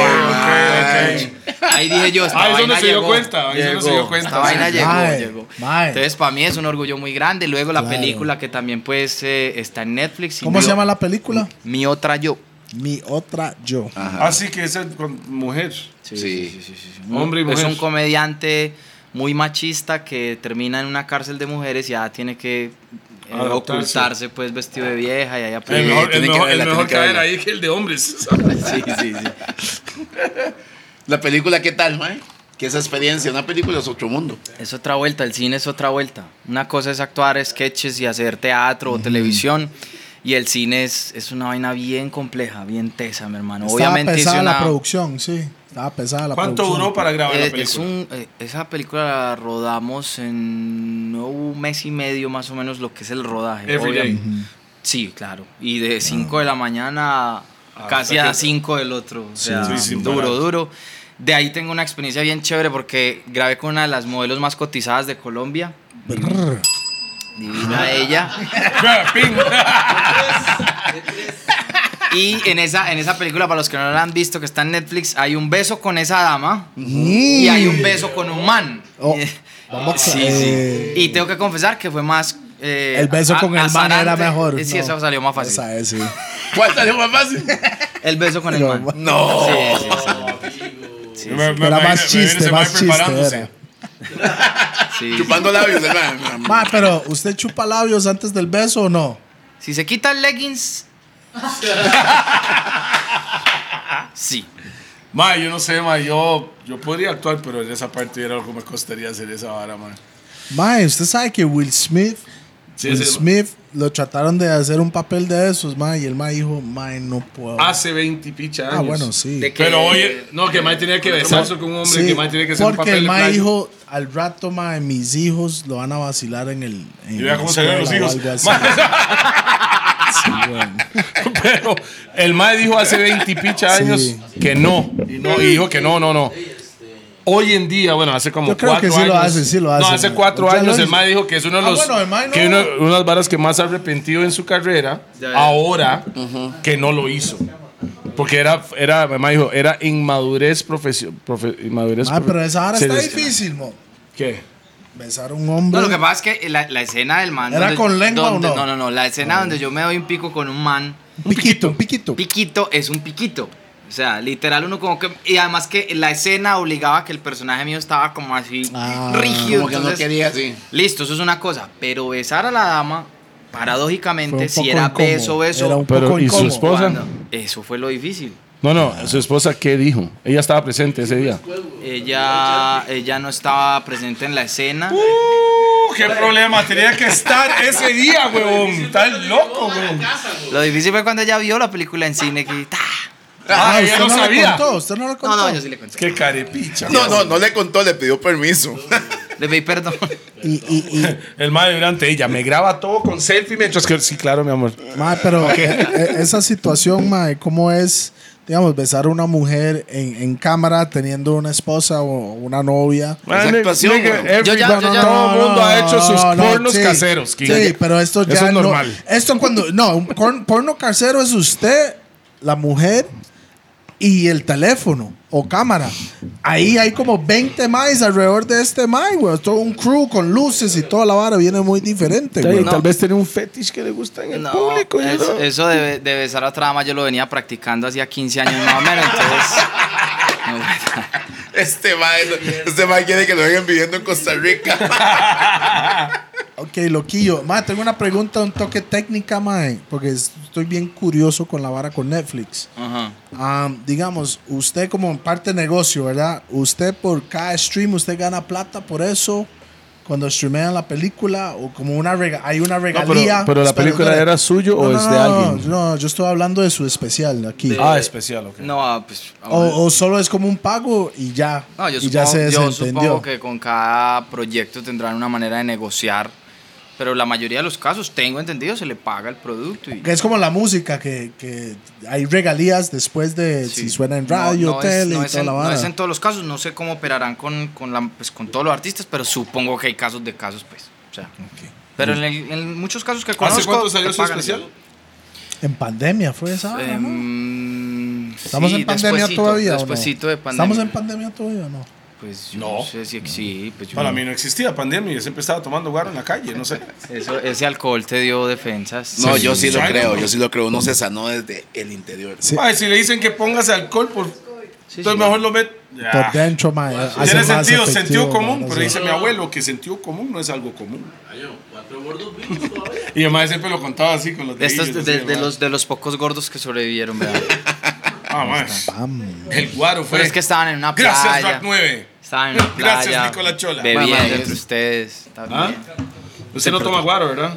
guau, Ahí dije yo, esta
Ahí es
vaina
donde Ah, se dio
llegó.
cuenta, ahí es donde se dio
Llegó.
cuenta.
Esta vaina
Sí.
llegó,
Mae,
llegó.
mae.
Entonces, para mí es un orgullo muy grande. Luego la
Claro.
película que también pues eh, está en Netflix. y
¿Cómo
mi
se
o-
llama la película?
Mi otra yo.
Mi otra yo.
Ah,
Así Ah, que esa con mujer.
Sí.
Hombre y mujer.
Es un comediante muy machista que termina en una cárcel de mujeres y ya tiene que eh,
Adaptarse.
ocultarse pues vestido de vieja y ahí
El
aprende.
Sí,
mejor, el
tiene que
mejor-
verla,
el mejor
tiene que
caer
verla.
ahí que el de hombres.
Sí, sí, sí. La película, ¿qué tal, mae? ¿Qué esa experiencia? Una película es otro mundo.
Es otra vuelta, el cine es otra vuelta. Una cosa es actuar sketches y hacer teatro o televisión. Y el cine es, es una vaina bien compleja, bien tesa, mi hermano.
Estaba
Obviamente hice
pesada la
una-
producción, sí. Estaba pesada la
¿Cuánto
producción.
duró para grabar la
Eh, es
película?
un- eh, esa película la rodamos en un mes y medio más o menos lo que es el rodaje.
Every day.
obviamente. Sí, claro. Y
Ah.
de 5 de la mañana a
Hasta
casi
que-
a 5 del otro. O sea,
sí, sin
duro,
parar.
duro. De ahí tengo una experiencia bien chévere porque grabé con una de las modelos más cotizadas de Colombia.
Brr.
Ah.
Divina ella. Y en esa, en esa película, para los que no la han visto, que está en Netflix, hay un beso con esa dama y hay un beso con un man.
Mm. Oh, vamos a-
sí,
eh.
sí. Y tengo que confesar que fue más. eh,
El beso
a-
con el man era
azarante.
mejor.
Eh, Sí,
no.
eso salió más fácil.
Esa es, sí.
¿Cuál Pues, salió más fácil?
El beso con el
Pero-
man.
No.
Sí, sí, sí.
Era más chiste, más chiste. Era.
Sí, sí.
Chupando labios, hermano.
Ma, pero ¿usted chupa labios antes del beso o no?
Si se quita el leggings. sí.
Ma, yo no sé, ma, yo, yo podría actuar, pero en esa parte era lo que me costaría hacer esa vara, ma.
Mae, usted sabe que Will Smith,
Sí,
Will
ese-
Smith lo trataron de hacer un papel de esos, mae, y el mae dijo, mae, no puedo. Ah,
hace 20 y picha años.
bueno, sí.
De que-
Pero oye, no, que ma tenía que besarse con un hombre,
Sí,
que ma tenía que hacer un
porque
papel
el
de
mae
playa.
dijo, al rato, mae, mis hijos lo van a vacilar en el. En
Y vea
la
cómo salieron los
escuela o
hijos.
algo así.
Pero el mae dijo hace 20 y picha
Sí.
años que no. Y, no. y dijo que no, no, no.
este,
Hoy en día, bueno, hace como
Yo creo
cuatro
que sí
años.
lo hace, sí lo
No,
hace,
hace
mae.
cuatro
Ya lo
años el
hizo.
mae dijo que es uno de
Ah,
los.
bueno, el mae no.
que uno, unas varas que más ha arrepentido en su carrera,
Ya, ya.
ahora que no lo hizo. Porque era, era, el mae dijo, era inmadurez profesional. inmadurez
Mae, pero esa ahora está
profe-
difícil, mo.
¿Qué?
Besar a un hombre.
No, lo que pasa es que la, la escena del man.
¿Era
donde-
con lengua o
donde-
no? Ah.
No, no, no. La escena donde yo me doy un pico con un man.
un piquito, un piquito.
Piquito es un piquito. O sea, literal uno como que... Y además que la escena obligaba a que el personaje mío estaba como así
Ah,
rígido.
Como que no
entonces,
quería así.
Listo, eso es una cosa. Pero besar a la dama,
Fue
paradójicamente,
un
si
poco
era
incómodo,
beso, beso...
era un
Pero,
poco
¿y su
incómodo.
esposa?
cuando- Eso fue lo difícil.
No, no, su esposa, ¿qué dijo? Ella estaba presente ese día.
Ella, ella no estaba presente en la escena.
Uh, qué problema, tenía que estar ese día, huevón. Estás loco, huevón.
Lo difícil fue cuando ella vio la película en cine. Que, ¡ta!
Ah,
Ah,
usted
ella no
no le
sabía.
contó, usted no lo contó.
No, no, yo sí le conté.
Qué carepicha.
No, no, no le contó, le pidió permiso.
Le pedí perdón.
Y, y, y,
El madre durante ella me graba todo con selfie mientras que. Sí, claro, mi amor.
Mae, pero e- e- esa situación, mae, ¿cómo es, digamos, besar a una mujer en, en cámara teniendo una esposa o una novia?
Esa
actuación, huevón.
Yo ya- yo ya-
todo
No,
el mundo ha hecho sus
no, no,
pornos
sí.
caseros, King.
Sí, pero esto ya
Eso es
no-
normal.
esto cuando no, un cor- porno casero es usted, la mujer y el teléfono o cámara. Ahí hay como 20 más alrededor de este mae, güey. Todo un crew con luces y toda la vara viene muy diferente, güey.
tal
vez tiene un fetish que le gusta en
No, es- eso de, de besar a otra dama yo lo venía practicando hacía 15 años más o menos, entonces... no, bueno.
Este mae, este mae quiere que lo vengan viviendo en Costa Rica.
Ok, loquillo. Ma, tengo una pregunta, un toque técnica, mae, porque es- estoy bien curioso con la vara con Netflix.
Ajá.
Ah, digamos, usted como en parte negocio, ¿verdad? Usted por cada stream, usted gana plata por eso. Cuando streamean la película o como una rega- hay una regalía.
pero la
Espera,
película
espera.
era suyo o es de alguien?
No, yo estoy hablando de su especial aquí.
De-
Ah, especial, ok.
No, ah, pues.
O, o solo es como un pago y ya.
No, yo,
y
supongo,
ya se
yo
desentendió.
supongo que con cada proyecto tendrán una manera de negociar, pero la mayoría de los casos, tengo entendido, se le paga el producto. Y
Que es como la música, que, que hay regalías después de
Sí.
si suena en radio,
No- no es-
tele
no
y
es
toda
en-
la
No
vara.
es en todos los casos, no sé cómo operarán con, con, la- pues, con todos los artistas, pero supongo que hay casos de casos, pues. O sea, Pero en, el- en muchos casos que conozco...
¿Hace cuánto
te
salió su
pagan
especial?
igual.
En pandemia fue esa. vara, ¿no?
Em,
Ah, Estamos
sí,
en pandemia
despuésito,
todavía. ¿o no?
despuésito de pandemia.
Estamos en pandemia todavía, o ¿no?
Pues yo
No.
no. sé si sí, pues yo
Para
no-
mí no existía pandemia, yo siempre estaba tomando guaro en la calle, no sé.
eso- ese alcohol te dio defensas.
No, yo sí lo
sí.
creo, yo sí lo creo. Uno se sanó desde el interior.
Sí.
Ay, si le dicen que póngase alcohol, por,
Sí,
entonces
sí.
mejor lo met. Ah,
Por dentro, mae. hace
Tiene
más
sentido,
efectivo,
sentido común,
mae,
pero
sí.
dice mi abuelo que sentido común no es algo común. Y además siempre lo contaba así con los
Estos
dedillos, así,
de, de
¿verdad?
los, de los pocos gordos que sobrevivieron, ¿verdad?
Ah, mae.
Pam.
El guaro fue.
Pero es que estaban en una playa.
Gracias, Rack 9.
Estaban en una playa.
Gracias, Nicola Chola.
Bebiendo
Mamá, es-
entre ustedes. está
¿Ah?
bien.
Usted no toma guaro, ¿verdad?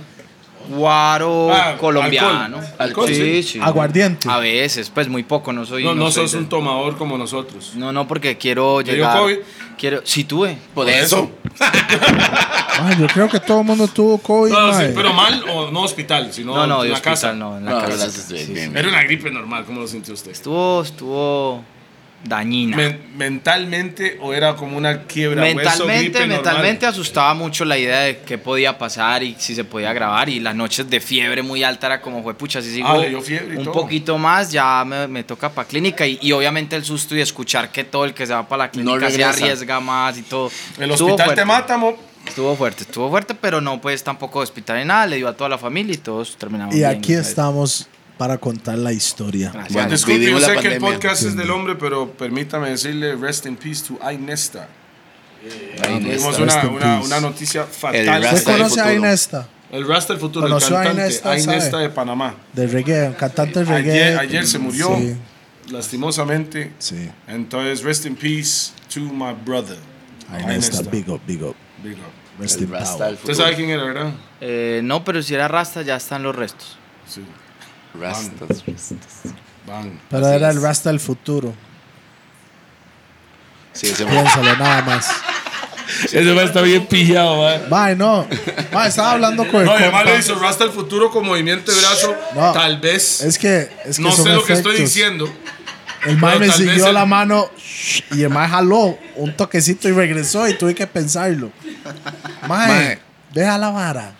Guaro
Ah,
colombiano.
alcohol. Alcohol, sí.
sí, sí.
Aguardiente.
A veces, pues muy poco, no soy.
No, no
soy
sos
de-
un tomador como nosotros.
No, no, porque quiero
dio
llegar.
COVID?
Quiero. Sí, tuve.
Por eso.
Mae, yo creo que todo el mundo tuvo COVID,
No, sí,
mae.
pero mal o no hospital, sino
No, no,
en
de
la
hospital,
casa.
no, en la
No,
casa.
Ah, gracias,
Sí, sí.
bien, bien.
Era una gripe normal, ¿cómo lo sintió usted?
Estuvo, estuvo dañina.
Men- mentalmente o era como una quiebra hueso, gripe
Mentalmente,
normal?
mentalmente asustaba mucho la idea de qué podía pasar y si se podía grabar. Y las noches de fiebre muy alta era como, fue pucha, si sigo
Ah, le dio fiebre y
un
todo.
poquito más, ya me, me toca para clínica. Y, y obviamente el susto y escuchar que todo el que se va para la clínica se
regresa.
arriesga más y todo.
El
Estuvo
hospital te
fuerte,
mata, mo.
Estuvo fuerte, estuvo fuerte, pero no pues tampoco hospital ni nada. Le dio a toda la familia y todos terminamos
Y
bien, Ah,
aquí
gracias.
estamos para contar la historia.
Gracias.
Bueno,
Disculpe, yo
vivimos la
sé que el
pandemia.
podcast es del hombre, pero permítame decirle rest in peace to Inesta.
Ahí
Tuvimos
está.
una,
Rest in
una,
peace.
una noticia
El
fatal.
¿Usted
Rasta del
conoce a
futuro.
Inesta?
El Rasta del futuro, el
Conoció a
cantante
Inesta,
Inesta,
¿sabe?
de Panamá.
De reggae, un cantante de reggae.
Ayer, ayer se murió,
Sí,
lastimosamente.
sí.
Entonces, rest in peace to my brother.
Ahí está, big up, big up.
Big up.
Rest
El
in
Rasta
power.
del
Usted
futuro.
sabe quién era, ¿verdad?
Eh, no, pero si era rasta ya están los restos.
Sí.
Rasta.
Bang.
Pero
Así
era el
es.
Rasta del futuro.
Sí, ese man.
Piénsalo nada más.
Ese va está bien pillado, va.
Mae, no. Mae, estaba hablando con el
No, y además
compa.
le hizo Rasta el futuro con movimiento de brazo.
No.
Tal vez.
Es que, es que
no
son
sé lo que
efectos.
estoy diciendo.
El mae
Pero
me
tal vez
siguió
el-
la mano shh, y el mae jaló un toquecito y regresó y tuve que pensarlo. Mae,
Mae.
deja la vara.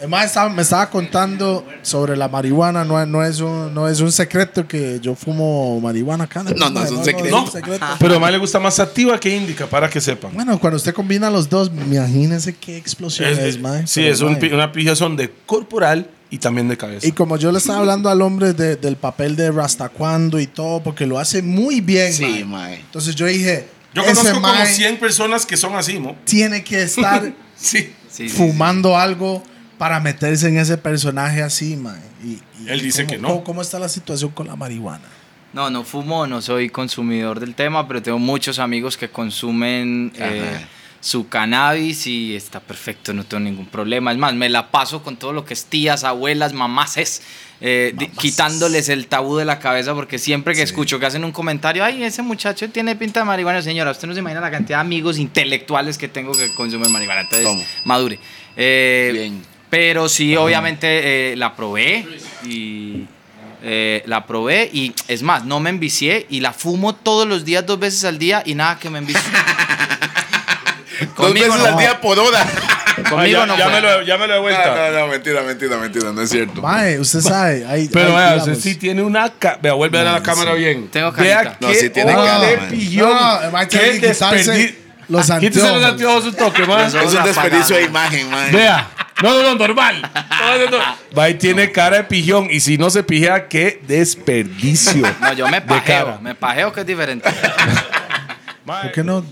El mae estaba- me estaba contando sobre la marihuana. No, no, es un, no es un secreto que yo fumo marihuana acá.
No, no es un secreto.
es un
No.
secreto.
Pero además le gusta más activa que indica, para que sepan.
pues, Bueno, cuando usted combina los dos, imagínense qué explosión es, mae.
sí,
Pero,
es un
mae.
pi- una pijazón de corporal y también de cabeza.
Y como yo le estaba hablando al hombre de- del papel de Rastacuando y todo, porque lo hace muy bien.
Sí,
mae.
mae.
Entonces yo dije,
Yo
ese
conozco como
mae
100 personas que son así, ¿no?
tiene que estar
Sí.
Sí, sí, sí.
fumando algo para meterse en ese personaje así, mae. Y, y-
Él dice
¿cómo-
que no.
¿cómo, cómo está la situación con la marihuana?
No, no fumo, no soy consumidor del tema, pero tengo muchos amigos que consumen
Ajá.
eh, su cannabis y está perfecto, no tengo ningún problema. Es más, me la paso con todo lo que es tías, abuelas, mamases, eh, di- quitándoles el tabú de la cabeza porque siempre que escucho que hacen un comentario, ay, ese muchacho tiene pinta de marihuana, señora, usted no se imagina la cantidad de amigos intelectuales que tengo que consumen marihuana, entonces
¿Cómo?
madure. Eh,
Bien.
pero sí, obviamente eh, la probé y eh, la probé y es más, no me envicié y la fumo todos los días, dos veces al día y nada que me envicie.
Dos
Conmigo
veces
no
al
fue.
día por hora.
Ah,
Conmigo no fue.
llámelo de
No, no, no, mentira, mentira, mentira. No es cierto.
Mae, usted sabe. Ahí,
Pero
ahí,
vea,
digamos.
usted sí tiene una. ca- Vea, vuelve a ver a la cámara bien.
Tengo
Vea
carita.
qué
No, sí tiene
hora
cara,
de
man.
pillón.
No, el mae
Qué
tiene que quitarse
desperdi- Ah,
los
Quítese los
anteojos.
anteojos un toque, man.
Eso-
Es un
Todos
desperdicio de
apagados.
imagen, mae.
Vea. No, no, no, normal. No, no, no. Va y tiene cara de pijón. Y si no se pijea, qué desperdicio.
No, yo me
De cara.
pajeo, me pajeo que es diferente.
¿Por qué no?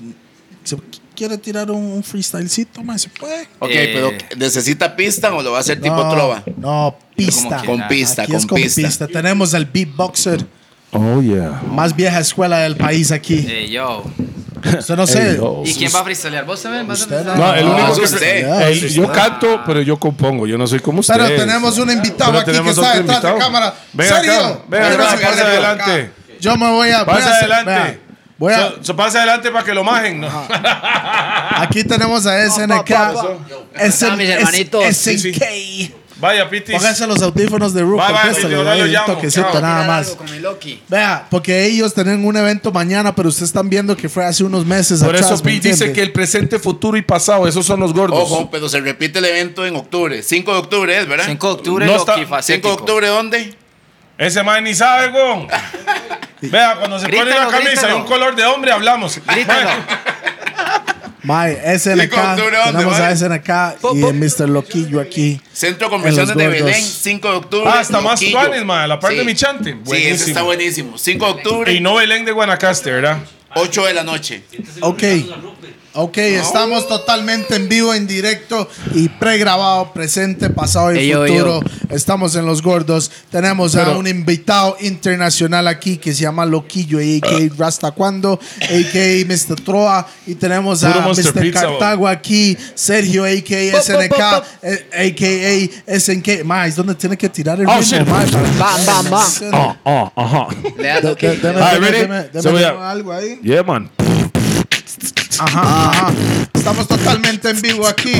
se- quiere tirar un, un freestylecito, mae, se puede.
Ok,
Eh.
pero ¿necesita pista o lo va a hacer tipo
no,
trova?
No, pista.
Como
Con pista,
Aquí
con,
es con
pista.
pista. Tenemos al beatboxer
Oh, yeah.
más vieja escuela del país aquí.
Eh, yo.
Eso no sé.
Ey, oh.
¿Y quién va Ah, a freestylear? ¿Vos también? ¿Vas a
Usted,
freestylear?
No, el
No,
único
es
que
usted.
el- yo canto, pero yo compongo. Yo no soy como usted.
Ah, Pero tenemos un invitado aquí que está detrás de cámara.
Venga,
Sergio,
acá, venga,
venga,
acá,
venga,
pasa
venga.
adelante.
Yo me voy a. voy a
Pasa
hacer-
adelante.
vea, Voy a,
So- so pasa adelante para que lo majen. ¿no?
aquí tenemos a SNK.
Ah, mis hermanitos.
Sí, sí.
SNK.
Vaya, Pitis.
Pónganse los audífonos de Roof.
Bye, bye,
contéstalo,
Emilio, no
ahí,
lo
un
llamo,
toquecito
chao.
nada más.
con mi Loki.
Vea, porque ellos tienen un evento mañana, pero ustedes están viendo que fue hace unos meses
Por
atrás.
eso
¿me
Pi dice
entiende?
que el presente, futuro y pasado, esos son los gordos.
Ojo, pero se repite el evento en octubre. 5 de octubre es, ¿verdad?
5 de octubre,
No
lo
está-
5 de octubre, ¿dónde?
Ese man ni sabe, weón. Vea, cuando se pone
Grítalo,
una camisa de
grítalo.
un color de hombre, hablamos.
Grítalo.
Mae, SNK.
Chico, ¿tú de dónde,
Tenemos a
mae?
SNK y
po.
el Mr. Loquillo aquí.
Centro Comercial
En
de
los gordos.
Belén, 5 de octubre.
Ah, está más
Loquillo.
tuanes, ma, la parte de mi chante.
Sí,
Buenísimo.
eso está buenísimo. 5 de
Y
octubre,
no Belén de Guanacaste, ¿verdad?
8 de la noche.
Ok. Ok, estamos totalmente en vivo, en directo y pregrabado, presente, pasado y
Ey, yo,
futuro. Estamos en Los Gordos. Tenemos a un invitado internacional aquí que se llama Loquillo,
Ah.
a.k.a. Rastacuando, a.k.a. Mr. Troa. Y tenemos a
Puro Monster
Mr.
Pizza,
Cartago aquí, Sergio, a.k.a. SNK, eh, a.k.a. SNK. Más, ¿dónde tiene que tirar el
Oh,
ritmo,
shit.
mae?
Bam, bam, bam.
Ah, ah, ajá.
Le da
Eh, De-
Loki.
de- deme-
Ah,
deme-
ready?
deme- deme
So we are-
algo ahí.
Yeah, man.
Ajá, ajá. Estamos totalmente en vivo aquí.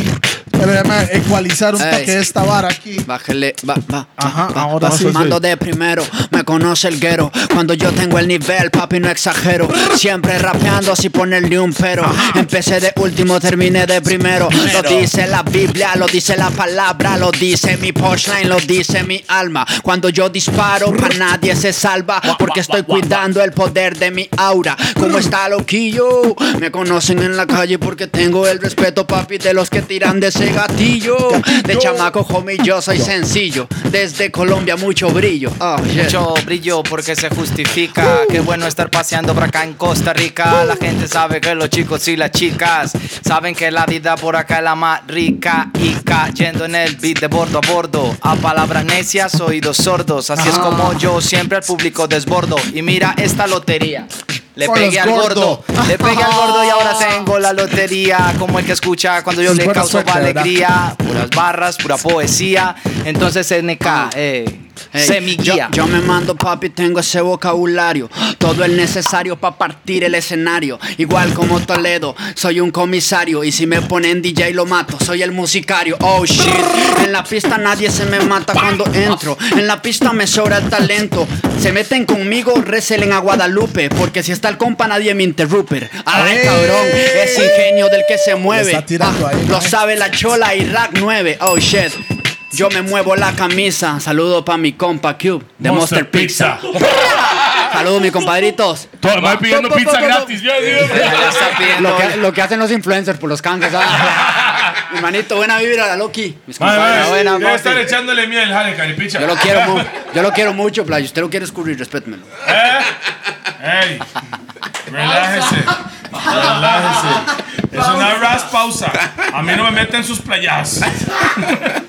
Pero déjame ecualizar un
Ey.
toque de esta vara aquí.
Bájale, va, va.
Ajá,
va,
ahora
va.
sí.
Mando de primero, me conoce el guero. Cuando yo tengo el nivel, papi, no exagero. Siempre rapeando sin ponerle un pero. Empecé de último, terminé de primero. Lo dice la Biblia, lo dice la palabra, lo dice mi punchline, lo dice mi alma. Cuando yo disparo, pa' nadie se salva. Porque estoy cuidando el poder de mi aura. ¿Cómo está loquillo? Me conocen en la calle porque tengo el respeto, papi, de los que tiran de ese gatillo. De chamaco, homie, yo soy sencillo. Desde Colombia, mucho brillo. Oh, yeah.
Mucho brillo porque se justifica. Qué bueno estar paseando por acá en Costa Rica. La gente sabe que los chicos y las chicas saben que la vida por acá es la más rica. Y cayendo en el beat de bordo a bordo. A palabras necias, oídos sordos. Así
Ah.
es como yo siempre al público desbordo. Y mira esta lotería. Le
Con
pegué
los
al gordo,
gordos.
le pegué al gordo y ahora tengo la lotería. Como el que escucha cuando yo
Es
le
buena
causo
suerte, ¿verdad?
alegría. Puras barras, pura poesía. Entonces, NK, eh,
Hey,
semiguía.
Yo, yo me mando, papi, tengo ese vocabulario. Todo el necesario para partir el escenario. Igual como Toledo, soy un comisario. Y si me ponen DJ, lo mato. Soy el musicario. Oh shit. En la pista nadie se me mata cuando entro. En la pista me sobra el talento. Se meten conmigo, recelen a Guadalupe. Porque si está el compa, nadie me interrumpe. Ay,
¡Ey!
cabrón. Es ingenio del que se mueve. Ah,
está tirando ahí,
lo
¿no?
sabe la chola y rack 9. Oh shit. Yo me muevo la camisa. Saludo pa' mi compa Cube de Monster, Pizza. Saludos, mis compadritos.
Todo más pidiendo pizza gratis. yo digo.
Lo que, lo que hacen los influencers por los canjes. ah. Mi Hermanito, buena vibra, la Loki. Mis
Madre,
compadres.
madre,
buena,
debe
papi.
estar echándole miel, jale, caripicha.
Yo lo quiero, mu- yo lo quiero mucho, Play. Usted lo quiere escurrir, respétmelo.
¿Eh? Ey, relájese. Relájese. Es una ras pausa. A mí no me meten sus playas.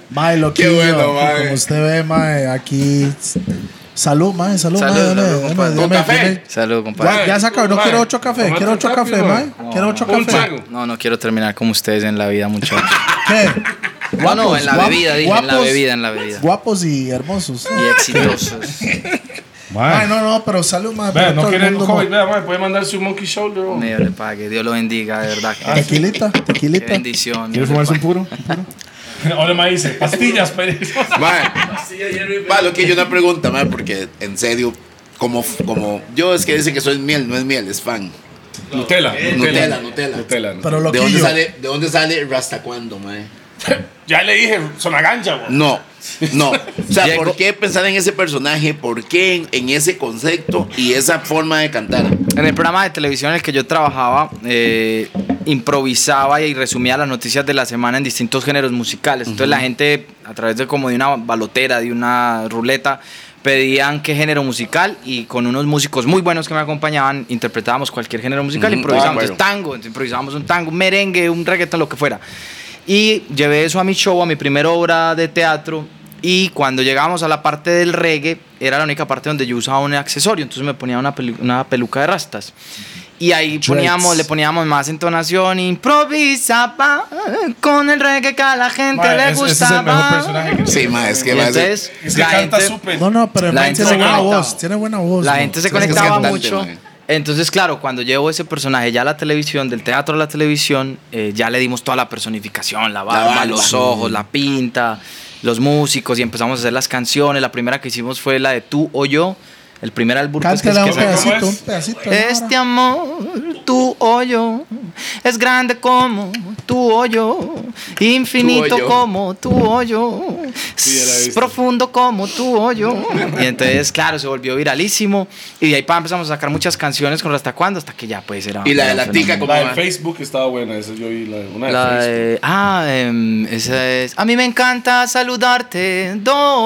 Mae, Loquillo.
bueno, mae.
Como usted ve, mae, aquí. Salud, mae, salud,
Salud,
mae. deme,
salud,
deme,
compadre.
deme,
¿Con café?
deme.
Salud, compadre.
Ya, ya se acabó. No
Mae,
quiero ocho café.
tómate
Quiero
un
ocho
rápido,
café,
mae.
mae. Quiero ocho
Un
café.
trago.
No, no quiero terminar como ustedes en la vida, muchachos.
¿Qué?
No, no, en la
Guapos,
bebida, dije, en la
guapos,
bebida, en la bebida.
Guapos y hermosos.
Y exitosos.
Ay, no, no, pero salud, mae.
Vea,
pero
no
todo el
quieren
mundo,
joven,
mae.
vea, mae, puede mandar su monkey shoulder. bro.
Dios le pague, Dios lo bendiga, de verdad. que-
Tequilita,
Qué
tequilita.
bendición.
¿Quiere
Dios le
fumarse un
pague.
puro? Ahora me dice, pastillas, Pérez.
Mae. Mae, lo que yo una pregunta, mae, porque en serio, como, como yo es que dice que soy miel, no es miel, es fan.
Nutella.
Eh, Nutella, Nutella.
Pero
¿De dónde
Loquillo.
sale, de dónde sale Rastacuando, mae?
Ya le dije, sonagancha, güey.
No, no. O sea,
Llegó-
¿por qué pensar en ese personaje? ¿Por qué en, en ese concepto y esa forma de cantar?
En el programa de televisión en el que yo trabajaba, eh, improvisaba y resumía las noticias de la semana en distintos géneros musicales. Entonces la gente, a través de como de una balotera, de una ruleta, pedían qué género musical y con unos músicos muy buenos que me acompañaban interpretábamos cualquier género musical,
Ujú,
improvisábamos
ah, bueno.
Entonces, tango, entonces improvisábamos un tango, un merengue, un reggaetón, lo que fuera. Y llevé eso a mi show, a mi primera obra de teatro. Y cuando llegábamos a la parte del reggae, era la única parte donde yo usaba un accesorio. Entonces me ponía una, pelu- una peluca de rastas. Y ahí poníamos, le poníamos más entonación. Improvisa pa, con el reggae que a la gente
Ma,
le
es- ese es
gustaba.
el mejor personaje que
Sí, ma, es
Y
que ma, es-
entonces,
Es que
la
canta
gente-
súper.
No, no, pero el
La
man
gente
tiene
se
buena
conectaba.
voz. Tiene buena voz.
la
¿no?
gente se
Tienes que
conectaba
cantante,
mucho.
mae.
Entonces, claro, cuando llevo ese personaje ya a la televisión, del teatro a la televisión, eh, ya le dimos toda la personificación, la barba,
barba.
los ojos, la pinta, los músicos y empezamos a hacer las canciones. La primera que hicimos fue la de Tú o Yo, el primer álbum pues, que,
Cántela un
que sacamos.
¿cómo
pedacito, un
es?
pedacito. ¿no?
Este amor, tu hoyo, es grande como tu hoyo, infinito
Tu hoyo.
como tu hoyo, es profundo como tu hoyo. Y entonces, claro, se volvió viralísimo. Y de ahí para empezamos a sacar muchas canciones con hasta cuándo, hasta que ya pues era.
Y la de
era
la
un
tica,
fenómeno.
¿cómo
La de
va?
Facebook estaba buena, esa yo vi la, una de
La
Facebook.
de- ah, em, esa es. A mí me encanta saludarte,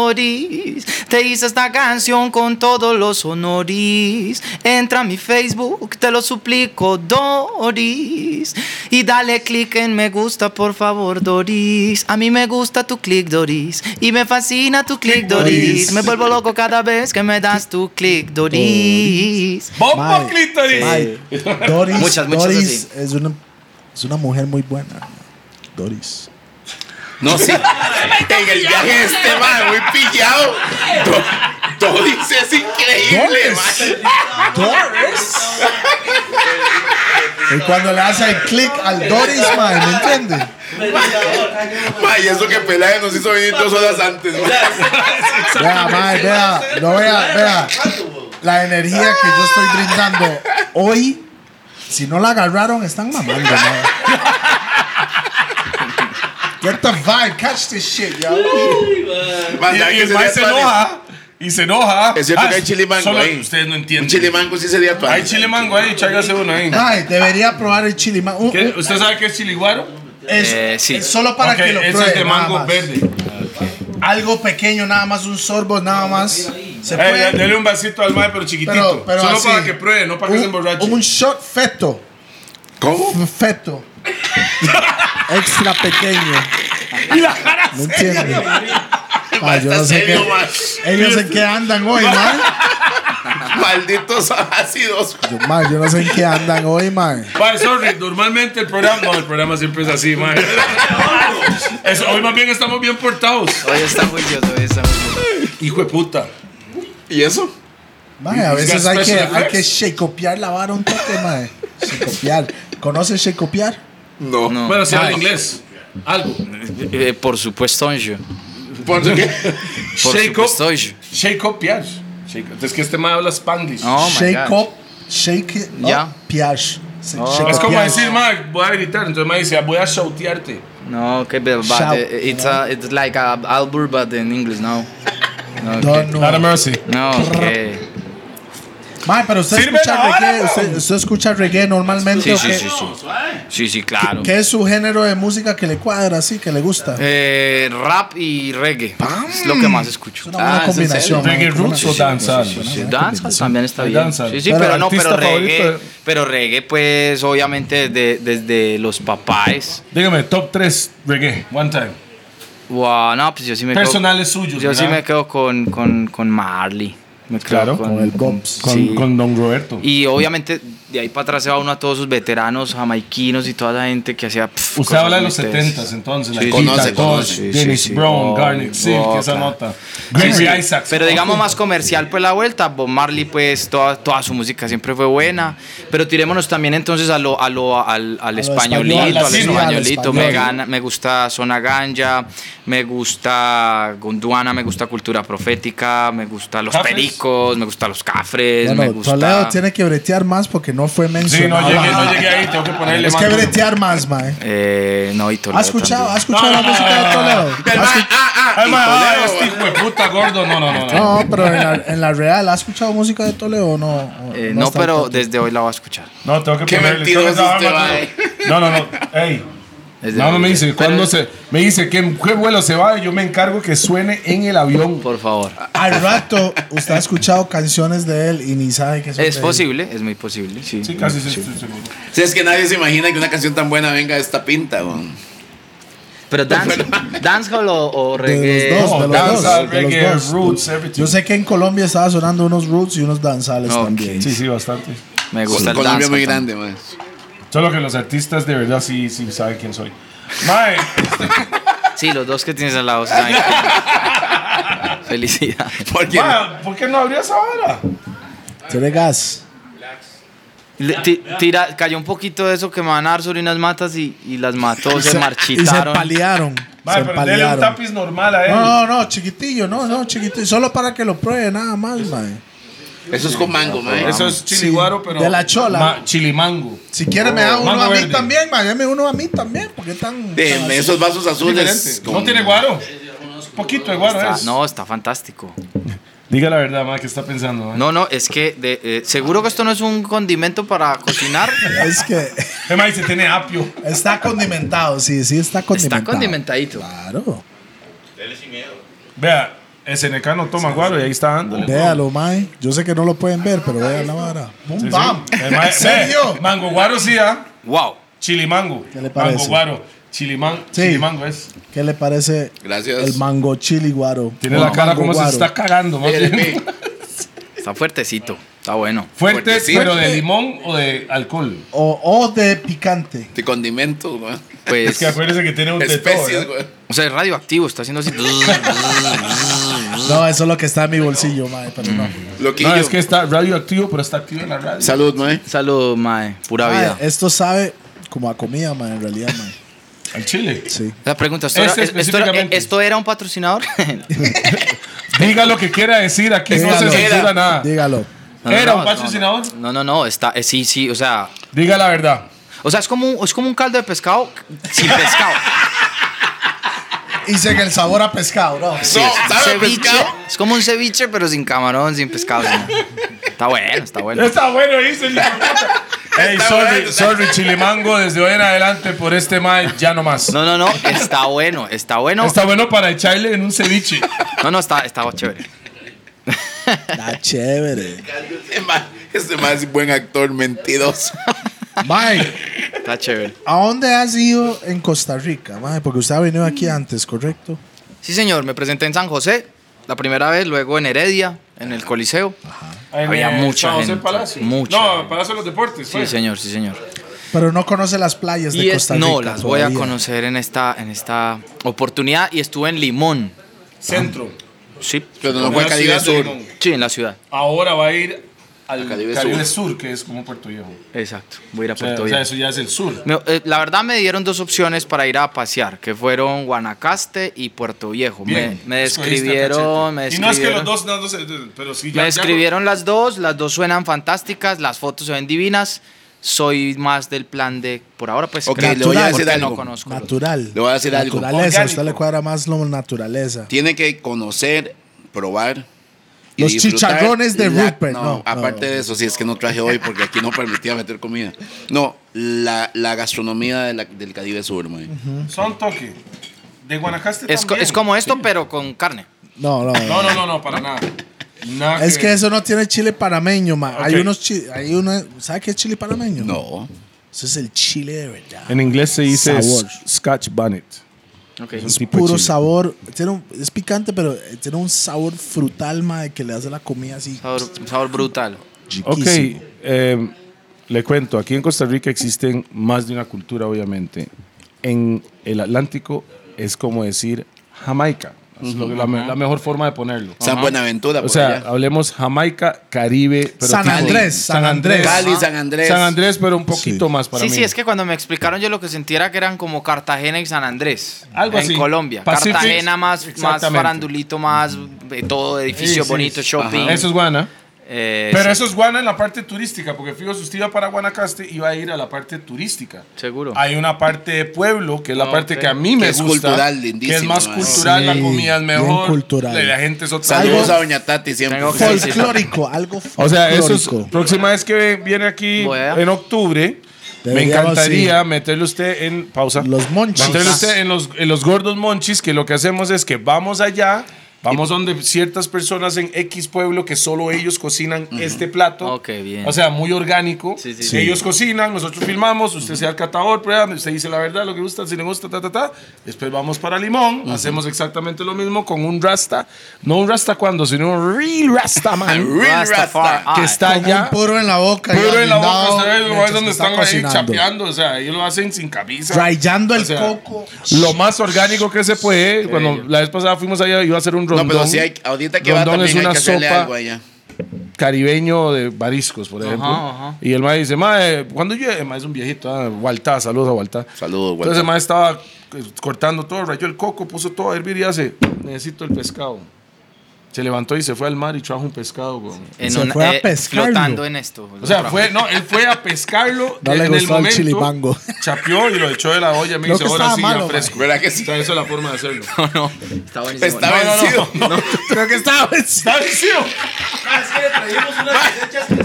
Doris. Te hice esta canción con todos los honoris. Entra a mi Facebook, te lo suplico, Doris. Y dale click en me gusta, por favor, Doris. A mí me gusta tu click, Doris. Y me fascina tu click, Doris.
Doris.
Me vuelvo loco cada vez que me das tu click, Doris.
¡Bomba
Mae,
clítoris!
Mae, Doris,
Muchas, muchas
Doris
así.
es una, es una mujer muy buena. hermano. Doris.
No, sí. en el viaje este, ma, muy pillado. Todo dice es increíble, ma.
Doris. Y cuando le hace el click al Doris, mae, ¿me entiende?
Ma, y eso que Peláez nos hizo venir dos horas antes, ma.
Vea, mae, vea, no vea, vea. La energía que yo estoy brindando hoy, si no la agarraron, están mamando, mae. Get the vibe, catch this shit, yo.
Ma,
Y,
¿sabe
y
qué
el mae
sería
se
tuanis?
enoja. Y se enoja.
Es cierto
Ah,
que hay chile mango
solo
ahí.
Ustedes no entienden.
Un chile mango sí sería tu
Hay chile mango ahí, chágase uno ahí.
Mae, debería probar el chili, mae. Un-
¿Qué? ¿Usted sabe qué es chiliguaro?
Es,
Eh, sí.
es solo para
Ok,
que lo
ese
pruebe.
es de
nada
mango
más.
verde.
Algo pequeño, nada más un sorbo, nada más. Se
Eh,
puede.
de- dele un vasito al mae, pero chiquitito.
pero, pero
Solo
así.
para que pruebe, no para que
un,
se emborrache.
Un shot feto.
¿Cómo?
Un feto. Extra pequeño. ¿Me entiendes? Ah, yo no sé
serio, man.
qué. Ellos en qué andan hoy, man.
Malditos ácidos.
Yo, man, yo no sé en qué andan hoy, man.
Mae, sorry, normalmente el programa. No, el programa siempre es así, mae. Eso, hoy más bien estamos bien portados.
Hoy está muy yo, hoy está muy yo.
Hijo de puta.
¿Y eso?
Man, a veces
got
hay que,
special
hay que
effects.
shakeopear la vara un toque, man. Shakeopear. ¿Conoces shakeopear?
No.
No.
Bueno, si habla inglés. Algo.
Eh, por supuesto, yo.
¿Por qué?
Por
Shake up.
supuesto, yo.
Shake up, yes. Shake up. Es que este mae habla spanglish.
Oh my
shake
God.
up, shake it up,
Ya. Oh.
piash.
Es
Se-
como
shakeopear.
decir, mae, voy a gritar. Entonces me dice, voy a shoutearte.
No, okay, but, but
Shout.
uh, it's a, it's like a albur, but in English, no. No, okay.
Don't know.
mercy.
No, okay.
Mae, pero usted
Sirve
escucha
la vara,
reggae,
weón.
usted, usted escucha reggae normalmente.
Sí,
¿o
sí,
qué?
sí, sí. Sí, sí, claro.
¿Qué es su género de música que le cuadra así, que le gusta?
Eh, rap y reggae. Es lo que más escucho.
Una buena
Ah, ¿es en
serio?
combinación. mae,
¿Reggae
una
roots o
combinación.
danzal?
Sí, sí, sí,
Sí,
una
dancehall
combinación.
también está
El
bien.
dancehall.
Sí, sí,
Pero
pero, no, pero
artista
reggae.
favorito.
Pero reggae, pues, obviamente, de- desde los papás.
Dígame, top 3 reggae, one time.
Wow, no, pues yo sí me quedo-
Personales suyos.
Yo sí
¿verdad?
me quedo con, con, con Marley. Me quedo
Claro,
Con el Gomps.
Con,
sí.
con Don Roberto.
Y obviamente de ahí para atrás se va uno a todos sus veteranos jamaiquinos y toda la gente que hacía.
Usted
pff, cosas
habla de
muy
los
tesos.
70s, entonces.
Sí,
la
sí,
Conoce,
sí,
Tosh,
sí,
Dennis
sí, sí.
Brown,
Oh,
Garnet Silk,
oh,
esa
claro.
nota. Gregory Isaacs.
Pero digamos más comercial, pues la vuelta. Bob Marley, pues toda, toda su música siempre fue buena. Pero tirémonos también entonces a lo, a lo, al, al españolito,
español,
al
latino,
al
españolito.
español.
Me, gana, me gusta Zona Ganja, me gusta Gondwana, me gusta Cultura Profética, me gusta Los
Cafres.
Pericos, me gusta Los Cafres, me
Bueno,
gusta.
Toledo tiene que bretear más porque no fue
Sí, no
mencionado. Ah,
llegué, no llegué ahí, tengo que ponerle
es
más.
que bretear más, mae.
Eh, no, y Toledo
¿Has escuchado,
también.
¿Has escuchado la
No, no,
música
no,
de
no, no.
Toledo?
El ma- ah, ah,
Ay, ma,
y
ay,
Toledo,
este hijo de puta gordo. No, no, no. no.
No, pero en la, en la real, ¿has escuchado música de Toledo o no? O-
Eh,
no
no,
está
pero
tanto.
desde hoy la voy a escuchar.
No, tengo que
Qué
ponerle.
mentiroso
tengo que
usted,
dar-
mae.
No, no, no. Ey,
Es de
Nada más me
Bolivia.
dice,
Pero-
cuando se, me dice que qué vuelo se va y yo me encargo que suene en el avión.
Por favor.
Ah,
Al rato, usted ha escuchado canciones de él y ni sabe que son
Es
de él.
posible, es muy posible, sí.
Sí, casi se- se- seguro.
Si es que nadie se imagina que una canción tan buena venga de esta pinta, weón.
Pero dance, dancehall o, o
De
reggae.
los dos,
No,
de los
danza,
dos, de los
reggae,
dos.
roots, everything.
Yo sé que en Colombia estaba sonando unos roots y unos danzales
Ok.
también.
Sí, sí, bastante.
Me gusta el
Colombia
dancehall.
muy
también.
grande, man.
Solo que los artistas de verdad sí, sí saben quién soy. Mae,
Sí, los dos que tienes al lado. sí saben que- Felicidad.
Porque
mae, ¿por qué no habría esa vara?
Tiene gas.
Le- ti- tira, cayó un poquito de eso que me van a dar sobre unas matas y, y las mató,
Y
se,
Y se
marchitaron.
palearon.
Mae, pero
se
dele un
palearon.
tapiz normal a él.
No, no, no, chiquitillo, no, no, chiquitillo. Solo para que lo pruebe, nada más, mae.
eso es con mango, man.
Eso es
Sí,
chiliguaro, pero.
de la chola.
ma- chilimango.
Si quiere, me da uno
Mango
a mí
verde.
también, mae. Deme uno a mí también, porque tan.
De,
tan-
esos vasos azules.
Diferente.
con-
No tiene guaro. Un poquito de guaro
Ah,
es.
no, está fantástico.
Diga la verdad, mae, ¿qué está pensando? mae?
No, no, es que de- eh, seguro que esto no es un condimento para cocinar.
Es que
Eh, mae, se tiene apio.
está condimentado, sí, sí, está condimentado.
Está condimentadito.
Claro.
Vea, SNK no toma guaro y ahí está dándole.
Véalo, mae. Yo sé que no lo pueden ver, pero vean la vara. ¡Bum,
Sí, sí.
bam!
Eh, mae,
¿En serio?
ve, Mango guaro sí, ¿ah?
Wow.
Chilimango.
¿Qué le parece?
Mango guaro. Chiliman,
Sí.
Chilimango es.
¿Qué le parece
Gracias.
el mango chili guaro?
Tiene
Bueno,
la cara
mango
como se
guaro.
está cagando. más
Mire,
bien.
ve.
Está fuertecito. Está bueno.
Fuerte,
Fuertecito.
pero de limón o de alcohol.
O, o de picante.
De condimentos, man.
Es
Pues,
que acuérdense que tiene un de todo,
Especies,
¿eh?
weón.
o sea, es radioactivo. Está haciendo así.
No, eso es lo que está en mi bolsillo, mae, pero no.
Loquillo.
No, es que está radioactivo, pero está activo en la radio.
Salud, man.
Salud, mae. Pura
Mae,
vida.
esto sabe como a comida, mae, en realidad, mae.
Al chile.
Sí.
La pregunta, ¿esto era,
Este
es- esto, era,
específicamente.
esto era un patrocinador?
Diga lo que quiera decir, aquí no se
Dígalo.
censura nada.
Dígalo.
No, no,
¿Era
no,
un
no,
patrocinador?
No, no, no, no, está, eh, sí, sí, o sea,
Diga la verdad.
o sea, es como, un- es como un caldo de pescado sin pescado.
Y sé que el sabor a pescado, ¿no?
Sí,
No,
es un
¿sabe
ceviche,
pescado?
es como un ceviche, pero sin camarón, sin pescado. sin- Está bueno, está bueno.
Está bueno, dice el hijo de puta. Ey,
Está
sorry,
bueno.
sorry, Chilimango, desde hoy en adelante por este mal, ya no más.
No, no, no, está bueno, está bueno.
Está bueno para echarle en un ceviche.
No, no, está, está chévere.
Está chévere.
Este man- Este man es buen actor, mentiroso.
Mae,
Está chévere.
¿a dónde has ido en Costa Rica, mae? Porque usted ha venido aquí antes, ¿correcto?
Sí, señor, me presenté en San José la primera vez, luego en Heredia, en el Coliseo. Había
En, eh,
mucha
San José
gente,
Palacio.
mucha
No,
gente.
Palacio de los Deportes. pues.
Sí,
fue.
señor, sí, señor.
Pero no conoce las playas
Y
de
es-
Costa Rica.
no, las voy a
todavía.
conocer en esta, en esta oportunidad y estuve en Limón.
Centro.
Sí,
Cuando no fue
Una
a Caribe
ciudad de
Sur.
Limón.
sí, en la ciudad.
Ahora va a ir al
Caribe
Caribe,
Sur.
Sur. que es como Puerto Viejo.
Exacto, voy a ir a
O sea,
Puerto
o sea,
Viejo.
eso ya es el sur.
Me- eh, la verdad me dieron dos opciones para ir a pasear, que fueron Guanacaste y Puerto Viejo. Me,
Bien,
me
escogiste a
describieron, me
cachete. Y no es que los
describieron.
dos, no, no sé, pero sí ya.
Me
ya-
describieron las dos, las dos suenan fantásticas, las fotos se ven divinas. Soy más del plan de por ahora pues
Ok,
que-
le voy a
porque
decir algo.
no conozco. los-
Natural.
Le voy a decir algo.
Naturaleza. A usted
Orgánico.
le cuadra más lo naturaleza.
Tiene que conocer, probar. y
Los
disfrutar
chicharrones de
la-
Rupert, no, no,
aparte
no.
de eso, sí, es que no traje hoy porque aquí no permitía meter comida. No, la, la gastronomía de la- del Caribe Sur, man.
Son toque. De Guanacaste.
Es, co-
también.
es como esto,
Sí.
pero con carne.
No, no,
No, no, no, no, para nada. Nada
Es que eso no tiene chile panameño, ma. Hay
Ok.
unos chi- hay una, ¿sabe qué es chile panameño?
No.
Eso es el chile de verdad.
En inglés se dice
Sabor.
s- Scotch Bonnet.
Es
pues,
puro sabor, tiene un- es picante, pero eh, tiene un sabor frutal, ma, que le hace la comida así.
Sabor, sabor brutal.
Ok,
chiquísimo.
eh, le cuento, aquí en Costa Rica existen más de una cultura, obviamente. En el Atlántico es como decir Jamaica. Es lo- la, me- la mejor forma de ponerlo.
San Buenaventura, por
O sea,
allá.
hablemos Jamaica, Caribe, pero
San
tipo-
Andrés, San Andrés.
Cali, San Andrés.
San Andrés, pero un poquito más para
sí,
mí.
sí, es que cuando me explicaron yo lo que sentía era que eran como Cartagena y San Andrés.
Algo
en
así.
Colombia.
Pacific.
Cartagena más, más
Exactamente.
farandulito, más eh, todo edificio
Sí, sí.
bonito, shopping.
Eso es Guana.
Eh,
Pero
sí,
eso es Guana en la parte turística, porque fijo, si usted iba para Guanacaste, iba a ir a la parte turística.
Seguro.
Hay una parte de pueblo, que es la parte que a mí me
es
gusta.
cultural,
Que es
lindísimo,
más
¿no?
cultural, la
Sí,
comida es
bien
mejor.
cultural.
La, la gente es otra.
Saludos
cosa.
a Doña Tati siempre.
Tengo que-
Folclórico, algo folclórico.
O sea, eso es, próxima vez que ven- viene aquí
Voy a-
en octubre, Me
Deberíamos,
encantaría
sí.
meterle usted en pausa.
Los monchis.
Meterle usted en los, en los gordos monchis, que lo que hacemos es que vamos allá, vamos donde ciertas personas en X pueblo que solo ellos cocinan este plato.
Ok, bien.
O sea, muy orgánico.
Sí, sí,
Sí.
sí.
Ellos cocinan, nosotros filmamos, usted se da el catador, prueba, usted dice la verdad, lo que gusta, si le gusta, ta, ta, ta. Después vamos para Limón, hacemos exactamente lo mismo con un rasta. No un rasta cuando, sino un real rasta, man.
Real
Rastafari.
Rasta.
que está
Con
allá.
un puro en la boca.
Puro en la boca,
blindado,
ustedes lo ven
mientras
donde
está
están ahí
cocinando.
chapeando, o sea, ellos lo hacen sin camisa.
Rayando el
O sea, eh,
coco.
Lo más orgánico que se puede, cuando la vez pasada fuimos allá, iba a hacer un rondón.
No, pero si hay, ahorita que va
Rondón
también
es una
hay que hacerle
sopa
algo allá.
caribeño de mariscos, por ejemplo.
ajá.
Y el mae dice, mae, cuando yo, el mae es un viejito, ah, Gualtá, saludos a Gualtá.
Saludos, Gualtá.
Entonces el mae estaba eh, cortando todo, rayó el coco, puso todo a hervir y hace, necesito el pescado. Se levantó y se fue al mar y trajo un pescado, güey.
En eh,
Se fue a pescarlo.
flotando en esto.
O sea, fue, no, él fue a pescarlo
No
en
le
el
gustó el
momento.
chilipango.
Chapeó y lo echó de la olla. Me
Creo
dice,
que
ahora
estaba
sí,
malo,
ya fresco.
¿Verdad que sí? Pues
O sea, esa es la forma de hacerlo.
No, no. Está buenísimo.
Está
No, no, no.
vencido.
Creo que estaba
¡Está vencido!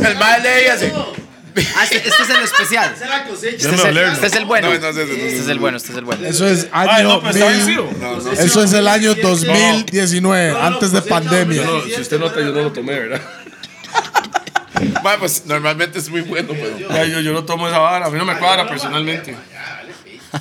El mal de ella sí.
Ah, este, este es el especial. Este es el, este es el bueno.
No, no, no, no, no.
Este es el bueno, este es el bueno.
Eso es año
Ay, Ah, no, pero está
mil-
vencido.
Eso es el año 2019,
pues
antes de pandemia.
No, si usted nota, yo no lo tomé, ¿verdad?
Bueno, pues normalmente es muy bueno, pero.
Ay, yo, yo no tomo esa vara. A mí no me cuadra personalmente.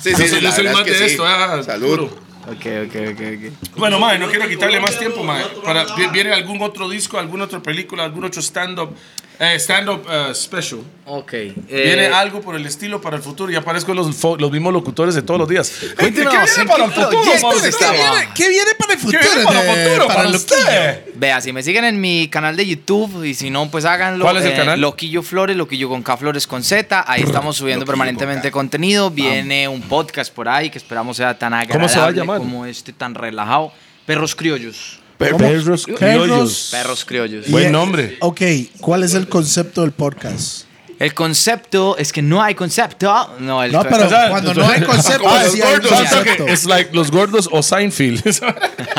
Sí,
Yo soy- yo
la
soy
verdad
más
es
de
que sí.
esto. ah,
Salud.
puro.
Ok, ok, ok,
Bueno, mae, no quiero quitarle más tiempo, mae. Para- vi- ¿Viene algún otro disco, alguna otra película, algún otro stand-up eh, stand-up eh, special?
ok. Ok. eh,
Viene algo por el estilo para el futuro. Ya aparezco los, fo- los mismos locutores de todos los días.
Cuéntenos,
¿Qué viene
¿en
para
qué
el futuro?
proyectos
Pablo?
está?
¿Qué viene-
¿Qué Pues viene para el
qué
futuro?
viene para el
de-
futuro? Para
el
usted.
Vea, si me siguen en mi canal de YouTube y si no, pues háganlo.
¿Cuál es el canal?
Loquillo Flores, Loquillo con K Flores con Z. Ahí estamos subiendo permanentemente contenido. Viene un podcast por ahí que esperamos sea tan agradable
Ah. se va a llamar?
como este, tan relajado. Perros criollos.
Perros
criollos.
Perros criollos.
Y-
Buen nombre.
Ok, ¿cuál es el concepto del podcast?
El concepto es que no hay concepto. No, el
No, pero
O sea,
cuando
tú-
no hay concepto,
Como los
sí hay un
gordos, o sea,
concepto.
Es like los gordos o Seinfeld.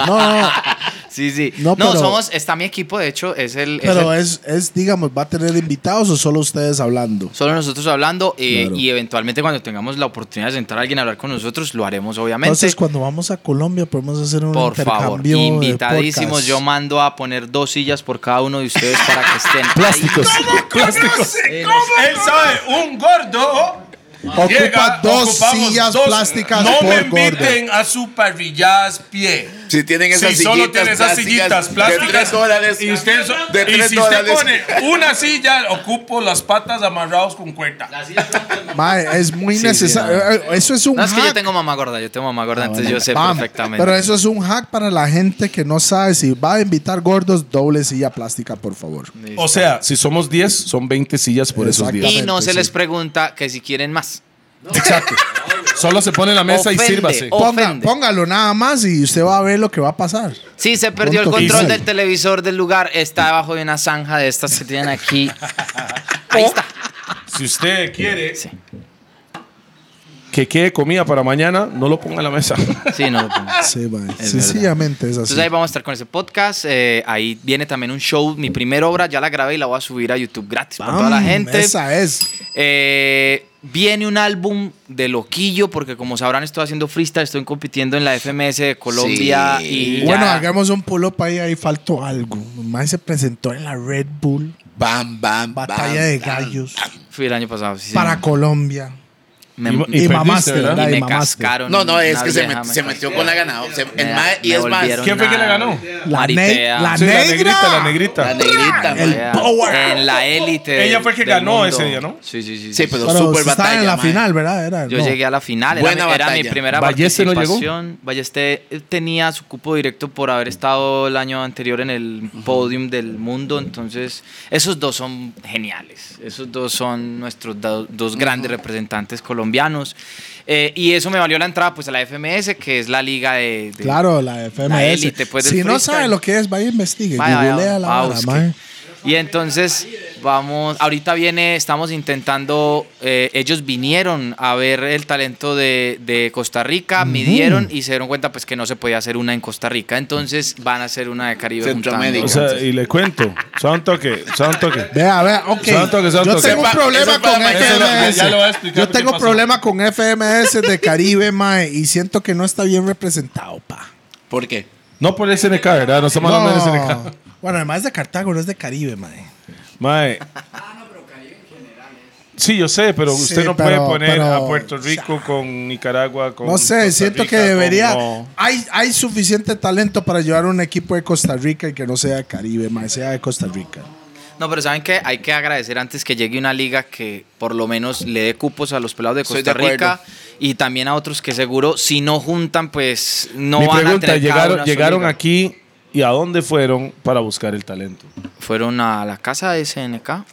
No, no, no,
Sí, sí.
No,
No,
pero-
somos, está mi equipo, de hecho, es el... es
pero
el-
es, es, digamos, ¿va a tener invitados o solo ustedes hablando?
Solo nosotros hablando eh,
Claro.
y eventualmente cuando tengamos la oportunidad de sentar a alguien a hablar con nosotros, lo haremos obviamente.
Entonces, cuando vamos a Colombia, podemos hacer un
por favor,
intercambio de
invitadísimos.
podcast.
Yo mando a poner dos sillas por cada uno de ustedes para que estén ahí.
Plásticos. Él sabe, un gordo.
Ocupa
llega,
dos
ocupamos
sillas
dos.
plásticas
No
por
me
gordo.
inviten a su parrillas pie.
Si tienen esas
Si solo
sillitas
tiene esas sillitas plásticas.
De 3 dólares.
Y, usted so-
de
y
3
si usted
dólares.
pone una silla, ocupo las patas amarrados con cuerda.
Mae, es muy necesario. Eh, eh, Eso es un
No, es que yo
hack.
tengo mamá gorda, yo tengo mamá gorda, entonces yo sé
Ah, Vamos,
perfectamente.
Pero eso es un hack para la gente que no sabe si va a invitar gordos, doble silla plástica, por favor.
O sea, si somos 10, son 20 sillas por esos
Exacto.
días.
y no se
sí.
les pregunta que si quieren más.
Exacto. Solo se pone en la mesa y
Ofende.
sírvase.
O-
Ponga-
Ofende.
póngalo nada más y usted va a ver lo que va a pasar.
Sí, se perdió el
Punto
control
final.
del televisor del lugar, está debajo de una zanja de estas que tienen aquí. Ahí está.
Si usted quiere que quede comida para mañana, no lo ponga en la mesa.
Sí, no lo pongo.
Sí, mae.
Ah. Es
Sencillamente es así.
Entonces ahí vamos a estar con ese podcast. eh, ahí viene también un show. Mi primera obra ya la grabé y la voy a subir a YouTube gratis para toda la
Vamos,
gente.
Esa es.
Eh, viene un álbum de loquillo, porque como sabrán, estoy haciendo freestyle, estoy compitiendo en la FMS de Colombia. Y
Sí.
Bueno,
ya-
hagamos un pull-up ahí, ahí faltó algo. Mae se presentó en la Red Bull,
Bam, bam,
Batalla
bam,
de
bam.
Gallos,
Fui el año pasado. sí, sí.
para Colombia.
Me-
Y
Y,
perdiste,
mamaste,
¿verdad?
¿verdad?
y
Y
me
mamaste.
cascaron.
No, no, es
una
que se,
vieja
met-
me
se metió
cascó.
con la ganadora. Se- el
Me-
mae- y
me
es más,
volvieron
¿Quién fue quien le
nada.
ganó?
La, ne-
Maritea.
la
Sí, la
negra.
negrita, la
la
negrita.
negrita,
El
mae.
Ya,
power.
En la élite.
Ella
del-
fue que
del
ganó
mundo.
ese día, ¿no?
Sí, sí, sí.
Sí,
sí.
pero,
Pero
super
estaba
batalla.
en la
mae.
final, ¿verdad? Era,
Yo
no.
llegué a la final. Era,
Buena
mi, era mi
batalla.
primera
¿Balleste no llegó?
participación. Balleste eh, tenía su cupo directo por haber estado el año anterior en el podium del mundo. Entonces, esos dos son geniales. Esos dos son nuestros do- dos grandes representantes colombianos. Eh, y eso me valió la entrada pues a la FMS, que es la liga de... de-
Claro, la FMS.
este, La élite, pues, del
si no
freestyle.
sabe lo que es, vaya investigue.
Vaya, vaya,
Googlea la
vaya,
vara,
busque.
mae.
Y entonces Vamos, ahorita viene, estamos intentando, eh, ellos vinieron a ver el talento de, de Costa Rica, midieron y se dieron cuenta pues que no se podía hacer una en Costa Rica, entonces van a hacer una de Caribe
Centroamérica.
O
juntando.
sea, y le cuento. Son toque, son toque.
Vea, vea, ok.
Son toques, son
Yo
toques.
tengo un
Ese pa-
problema
ese pa-
con
ese lo-
FMS.
ya lo voy a explicar
Yo
qué
tengo
pasó.
problema con FMS de Caribe, mae, y siento que no está bien representado, pa.
¿Por qué?
No por el SNK, ¿verdad? No estamos hablando del SNK.
No. Bueno, además de Cartago, no es de Caribe, mae.
Mae. Sí, yo sé, pero
Sí,
usted no
pero-
puede poner
pero-
a Puerto Rico con Nicaragua, con.
No sé,
Costa
siento
Rica,
que
con-
debería.
no.
Hay, hay suficiente talento para llevar un equipo de Costa Rica y que no sea de Caribe, mae, sea de Costa Rica.
No, pero ¿saben qué? Hay que agradecer antes que llegue una liga que por lo menos le dé cupos a los pelados de
Estoy
Costa
de acuerdo.
Rica y también a otros que seguro si no juntan pues no
Mi
van a
pregunta:
tener cada
llegaron,
una su
llegaron
liga.
aquí y a dónde fueron para buscar el talento.
Fueron a la casa de SNK.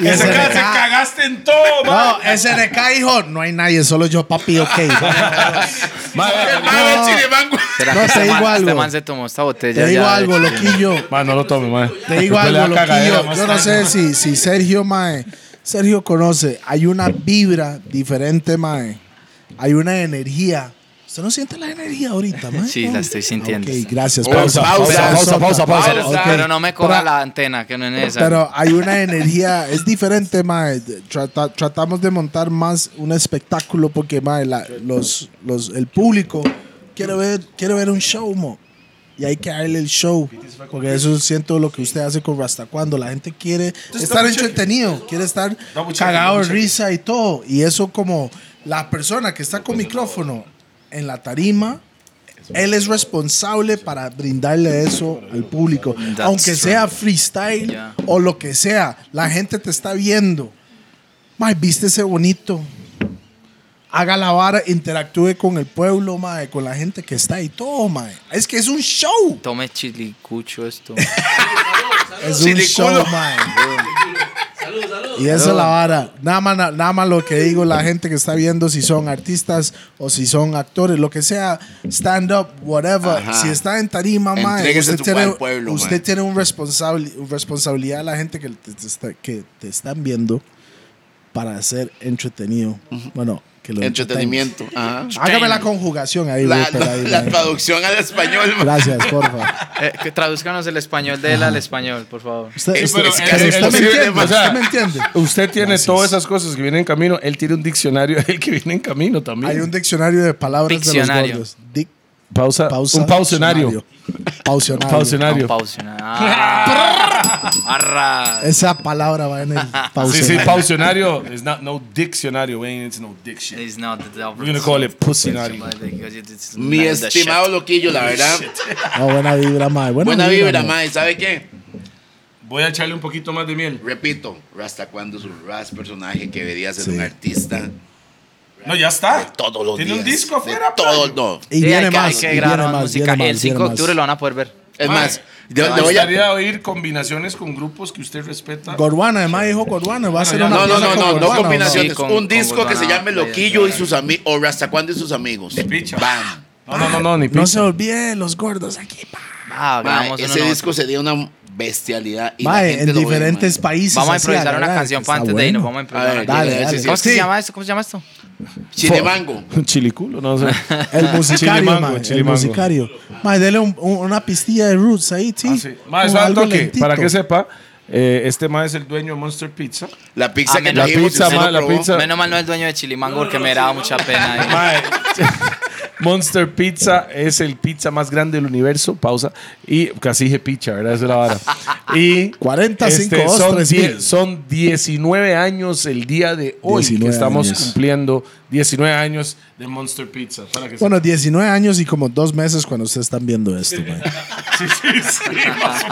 Y SNK
cagaste en todo,
No, SNK dijo, no hay nadie, solo yo, papi, ok. No.
¿Será
No,
que
te
este
digo
man, este
algo.
man se tomó esta botella?
Te digo
ya de
algo,
chino?
loquillo.
Mae, no lo tome, mae.
Te digo
Después le
algo,
da cagadera
loquillo.
más
Yo no
tarde.
sé si, si Sergio Mae. Sergio conoce. Hay una vibra diferente, Mae. Hay una energía. ¿Usted no siente la energía ahorita, Mae?
Sí, la estoy sintiendo.
Ok, gracias.
Pausa, pausa, pausa, pausa, pausa.
Ah, Pero,
Ok.
pero no me coja
Pero-
la antena, que no es necesario.
Pero hay una energía, es diferente, mae. Trata- tratamos de montar más un espectáculo porque, mae, la- los, los, el público quiere ver, quiere ver un show, mo. Y hay que darle el show. Porque eso siento lo que usted hace con Rasta cuando la gente quiere estar entretenido, quiere estar cagado de risa y todo. Y eso como la persona que está con micrófono en la tarima, él es responsable para brindarle eso al público. Aunque sea freestyle
Yeah.
o lo que sea, la gente te está viendo. Mae, vístese bonito. Haga la vara, interactúe con el pueblo, mae, con la gente que está ahí, todo, mae. Es que es un show.
Tome chilicucho esto.
Es un show, mae. Y esa es la vara. Nada más, nada más lo que digo, la gente que está viendo, si son artistas o si son actores, lo que sea, stand up, whatever.
Ajá.
Si está en tarima, mae,
Entréguese
usted,
tu
tiene,
cual pueblo,
usted
mae.
tiene un responsable, un responsabilidad a la gente que te, te está, que te están viendo para ser entretenido. Bueno, que lo
Entretenimiento. Ajá.
entretengas. Hágame la conjugación ahí,
La,
Rupert,
la-
ahí,
la
mae.
traducción al español. ma.
Gracias, porfa.
Eh, que traduzcanos el español de él al español, por favor.
Usted,
Eh,
usted-
pero
usted-
es- es
usted me
posible,
entiende,
o sea,
usted me entiende.
Usted tiene todas esas cosas que vienen en camino. Él tiene un diccionario el que viene en camino también.
Hay un diccionario de palabras
Diccionario.
de los gordos. Dic-
pausa,
pausa,
un pausionario.
diccionario. Pausionario.
Pausionario.
Pausa. Ah. Arra.
Esa palabra va en el
Sí, sí,
pausionario.
pausionario. It's not no diccionario, Wayne. It's no
Eh.
dictionary.
It's not the
We're gonna call it pussionario.
Mi estimado loquillo, la verdad.
Ah, buena vibra, mae. Buena,
Buena vibra,
mae.
mae. ¿Sabe qué?
Voy a echarle un poquito más de miel.
Repito, Rasta cuando es un ras personaje que debería ser
Sí.
un artista
No, ya está.
todos los
Tiene
días.
un disco
de
afuera.
Todo,
playo.
no.
Y viene más.
Hay que
y
grabar
viene más,
música.
viene
el
más,
5 de
viene
octubre
más.
lo van a poder ver.
Es
Mae,
más,
me
yo- le voy a-
gustaría oír combinaciones con grupos que usted respeta.
Gorbana, además dijo Gorbana. Va a ser
ya
una
No, no,
pieza
no,
con
no, no
Gorbana,
combinaciones.
Sí, con-
un
con
disco que se
Gondwana,
llame
playa,
Loquillo y
playa.
sus amigos, o Rastacuando y sus amigos.
picha.
Bam.
No, no, no, no, ni
No,
picha.
se olviden los gordos aquí, pa.
Ah,
Mae,
grabamos uno
ese
nosotros.
disco sería una bestialidad. Y la
Mae,
gente
en
lo ve,
diferentes
mae.
países.
Vamos a
así, la
improvisar una
verdad,
canción
está
para antes de irnos.
bueno.
Vamos a improvisar.
Ah, A
una
ver,
canción.
dale, dale.
¿Cómo se
Sí.
llama esto? ¿Cómo se llama esto?
Chinemango.
Un chiliculo, no sé. Ah,
El musicario,
Chilimango,
mae, El
chilimango.
musicario. Mae, dele un- un- una pistilla de roots ahí, sí.
Ah, sí. Mae,
Con
suave
algo
toque,
lentito.
Para que sepa, eh, este mae es el dueño de Monster Pizza.
La pizza
Ah,
que
menos-
trajimos,
La pizza,
usted
mae,
lo
la
probó.
pizza.
Menos mal no es el dueño de Chilimango porque me daba mucha pena.
Mae, Monster Pizza es el pizza más grande del universo. Pausa. Y casi dije pizza, ¿verdad? Esa es la vara. Y este,
45 ostras,
son, die-
mil.
son 19 años el día de hoy que
19
estamos
años.
cumpliendo 19 años de Monster Pizza. Para que
Bueno, 19 años y como dos meses cuando ustedes están viendo esto, mae.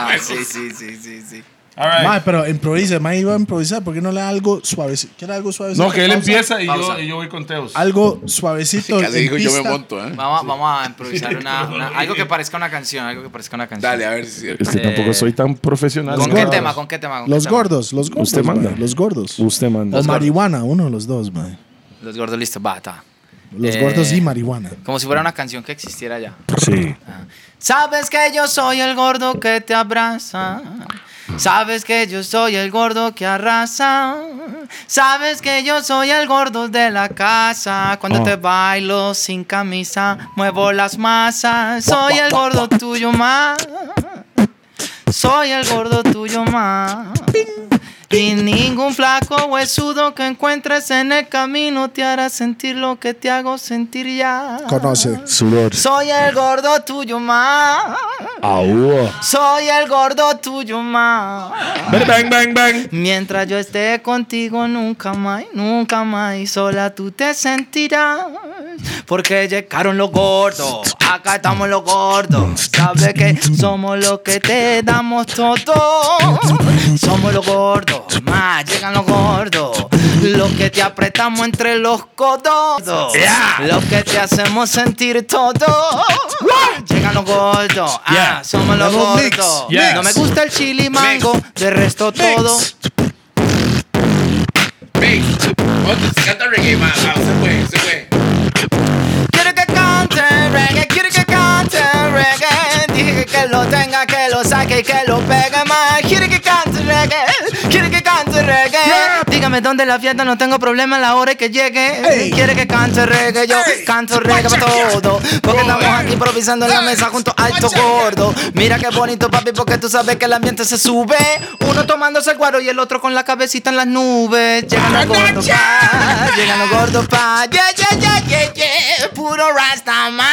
Ah, sí, sí, sí, sí, sí.
sepa. All right.
Mae, pero improvise, Mae iba a improvisar, ¿por qué no le da algo suavecito? ¿Quiere algo suavecito?
no, que él
Pausa.
empieza y yo,
Pausa.
y yo voy con Teos.
Algo suavecito.
Casi
en
dijo yo me
pista.
monto, ¿eh?
Vamos, vamos a improvisar una, una- algo que parezca una canción, algo que parezca una canción.
Dale, a ver si es cierto.
Es que
Eh,
tampoco soy tan profesional.
¿Con
Los
qué
gordos.
tema? ¿Con qué tema? ¿Con qué
Los
tema?
gordos, los gordos.
Usted manda.
mae, Los gordos.
Usted manda.
o marihuana, uno de los dos, mae.
Los gordos, listo, bata.
Los
Eh,
gordos y marihuana.
Como si fuera una canción que existiera ya.
Sí.
Sabes que yo soy el gordo que te abraza. Sabes que yo soy el gordo que arrasa. Sabes que yo soy el gordo de la casa. Cuando
Oh.
te bailo sin camisa, muevo las masas. Soy el gordo tuyo más. Soy el gordo tuyo más. Y ningún flaco huesudo que encuentres en el camino te hará sentir lo que te hago sentir ya.
Ah.
Conoce.
Sudor.
Soy el gordo tuyo más.
Aúa.
Soy el gordo tuyo más.
Bang, bang, bang.
Mientras yo esté contigo nunca más, nunca más sola tú te sentirás. Porque llegaron los gordos, acá estamos los gordos. Sabes que somos los que te damos todo. Somos los gordos, más llegan los gordos. Los que te apretamos entre los codos. Los que te hacemos sentir todo. Llegan los gordos, ah,
Yeah.
somos los
Hagamos mix,
gordos.
yes.
No me gusta el chili mango, de resto todo.
Ve, otro, se canta reggae, ma. Ah, se fue, se fue.
Quiero que cante reggae, quiero que cante reggae. Dije que lo tenga, que lo saque y que lo pegue más. Quiero que cante reggae, quiero que cante reggae. Dígame dónde la fiesta, no tengo problema a la hora que llegue. Quiere que cante reggae, yo canto reggae para todo. Porque estamos aquí improvisando en la mesa junto a estos gordos. Mira qué bonito, papi, porque tú sabes que el ambiente se sube. Uno tomándose el guaro y el otro con la cabecita en las nubes. Llegan los gordos pa, llegan los gordos pa. Yeah, yeah, yeah, yeah, yeah. Puro Rastaman.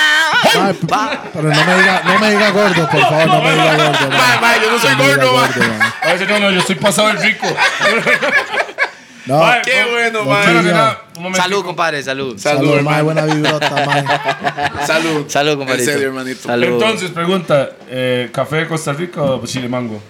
Ay, p- pero no me diga, no me diga gordo, por favor, no me diga gordo. ma.
Ma, ma, yo no soy
No me diga
gordo, ma.
gordo, ma.
A veces no, no, yo estoy pasado el rico.
No,
Mae,
Qué bueno,
no
ma.
diga.
un momento.
Salud, compadre, salud.
Salud,
Salud, mae,
hermano.
buena vibrota, mae.
Salud.
Salud, compadre.
En serio, hermanito.
Entonces, pregunta, eh, ¿café de Costa Rica o chile mango?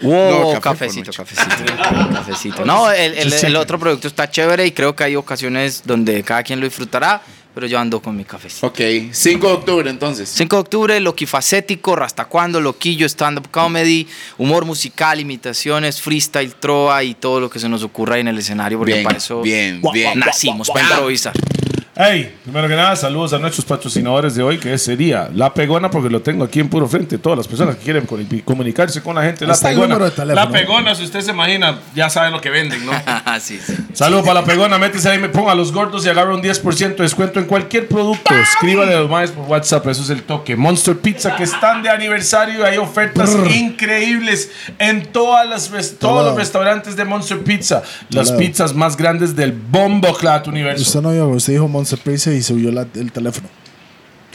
Wow,
No, café con
cafecito, cafecito, cafecito. No, el, el- el otro producto está chévere y creo que hay ocasiones donde cada quien lo disfrutará, pero yo ando con mi cafecito.
Ok, 5 de octubre entonces.
5 de octubre, loquifacético, rastacuando, loquillo, stand-up comedy, humor musical, imitaciones, freestyle, troa y todo lo que se nos ocurra ahí en el escenario, porque
Bien,
para eso
bien, bien.
nacimos, para improvisar.
Hey, primero que nada, saludos a nuestros patrocinadores de hoy, que sería La Pegona, porque lo tengo aquí en puro frente. Todas las personas que quieren con- comunicarse con la gente, La
Está el
Pegona.
número de teléfono.
La pegona, si usted se imagina, ya sabe lo que venden, ¿no?
Ah, sí, sí.
Saludos para La Pegona, métese ahí, me ponga a los gordos y agarra un 10% de descuento en cualquier producto. Escríbale a los maes por WhatsApp, eso es el toque. Monster Pizza, que están de aniversario, hay ofertas increíbles en todas las res- todos
Todo.
los restaurantes de Monster Pizza. Las
Todo.
pizzas más grandes del bombo clat universo.
Usted no vio, usted dijo Monster Pizza y subió la- el teléfono.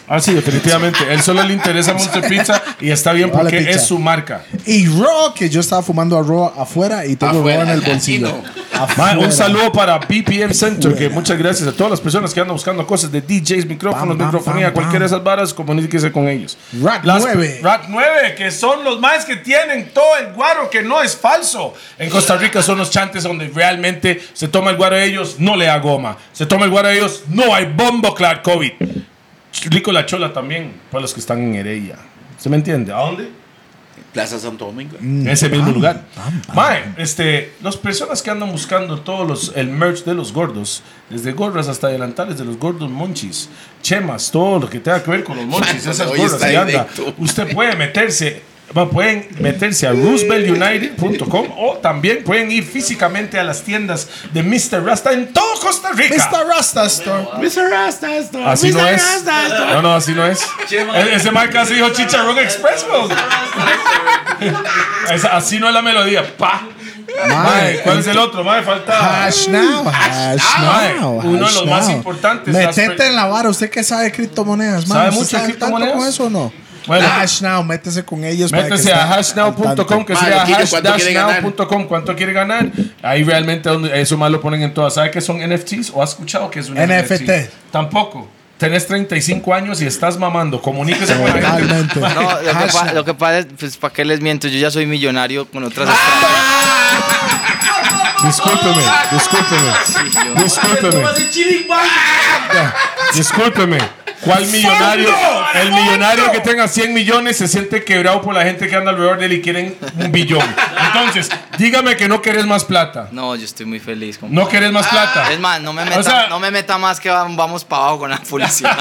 Ah, sí, definitivamente. Él solo le interesa Monster Pizza y está bien
Vale,
porque
pizza.
es su marca.
Y Raw, que yo estaba fumando a Raw afuera y tengo
Afuera,
Raw en el
latino.
bolsillo.
Ma,
Afuera.
un saludo para BPM Center, que muchas gracias a todas las personas que andan buscando cosas de DJs, micrófonos,
Bam, bam,
microfonía,
bam,
cualquiera de
bam.
esas varas, comuníquese con ellos.
Rat 9.
Rat 9, que son los más que tienen todo el guaro, que no es falso. En Costa Rica son los chantes donde realmente se toma el guaro de ellos, no le da goma. Se toma el guaro de ellos, no hay bombo, clar COVID. Rico la chola también, para los que están en Heredia. ¿Se me entiende? ¿A dónde?
Plaza Santo Domingo.
en ese mismo lugar. Mae, este, las personas que andan buscando todos los, el merch de los gordos, desde gorras hasta delantales de los gordos monchis, chemas, todo lo que tenga que ver con los monchis,
Mae,
esas
hoy
gorras
está
que anda.
directo.
Usted puede meterse, ma, pueden meterse a rooseveltunited.com o también pueden ir físicamente a las tiendas de Mr. Rasta en todo Costa Rica.
Mr. Rasta Store.
Mr. Rasta esto.
Así no
Mr.
es.
Rasta esto.
No, no, así no es. E- Ese man casi dijo Chicharrón Express, weón. Esa- Así no es la melodía. Pa. Mae, ¿Cuál es el otro? Mae, falta.
Hash now, hash
now.
now.
Uno de
hash
los más
now.
importantes, las per-
Metete en la vara. ¿Usted qué sabe de criptomonedas, man?
¿Sabe
¿Usted
mucho de
tanto
criptomonedas?
con eso o no?
Bueno.
hash now, métese con ellos. para que
Métese
esté
a
al
hashnow.com,
tanto.
que
Ma,
sea
loquillo, ¿cuánto quiere ganar?
hashnow.com. ¿Cuánto quiere ganar? Ahí realmente donde- eso más lo ponen en todas. ¿Sabe qué son NFTs? ¿O has escuchado que es un NFT?
NFT.
Tampoco. Tenés 35 años y estás mamando. Comuníquese con la gente.
Totalmente.
No, lo que,
Hash
pa-
now.
lo que pasa es, pues, ¿para qué les miento? Yo ya soy millonario con otras...
Discúlpeme, discúlpeme. Discúlpeme. Ah, Discúlpeme. ¿Cuál millonario? El millonario que tenga 100 millones se siente quebrado por la gente que anda alrededor de él y quieren un billón. Entonces, dígame que no querés más plata.
No, yo estoy muy feliz. compadre.
No querés más plata.
Es más, no me
O
meta,
sea-
no me meta más que va- vamos para abajo con la policía.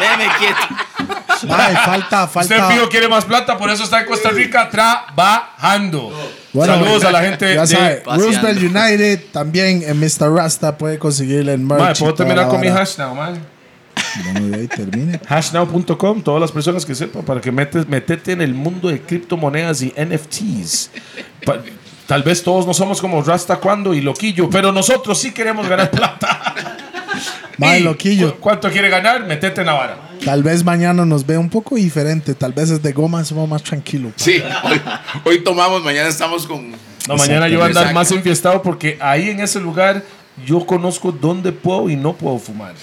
Déjeme quieto.
Mae, falta,
Usted
falta.
fijo quiere más plata, por eso está en Costa Rica trabajando.
Bueno,
Saludos a la gente
Ya
de
sabe,
Paseando.
Roosevelt United también en Mr. Rasta puede conseguirle el merch.
Mae,
y
¿puedo
toda
terminar
la
con mi
vara.
hash now, mae?
Bueno, de ahí termine.
Hashnow.com, todas las personas que sepan, para que metes, metete en el mundo de criptomonedas y NFTs. Pa- tal vez todos no somos como Rasta Cuando y Loquillo, pero nosotros sí queremos ganar plata.
Mae,
Y,
loquillo.
¿cu- ¿Cuánto quiere ganar? Metete en la vara.
Tal vez mañana nos vea un poco diferente. Tal vez es de goma, somos más tranquilos. pa.
Sí, hoy, hoy tomamos, mañana estamos con.
No, mañana yo voy a andar
Exacto.
más enfiestado porque ahí en ese lugar yo conozco dónde puedo y no puedo fumar.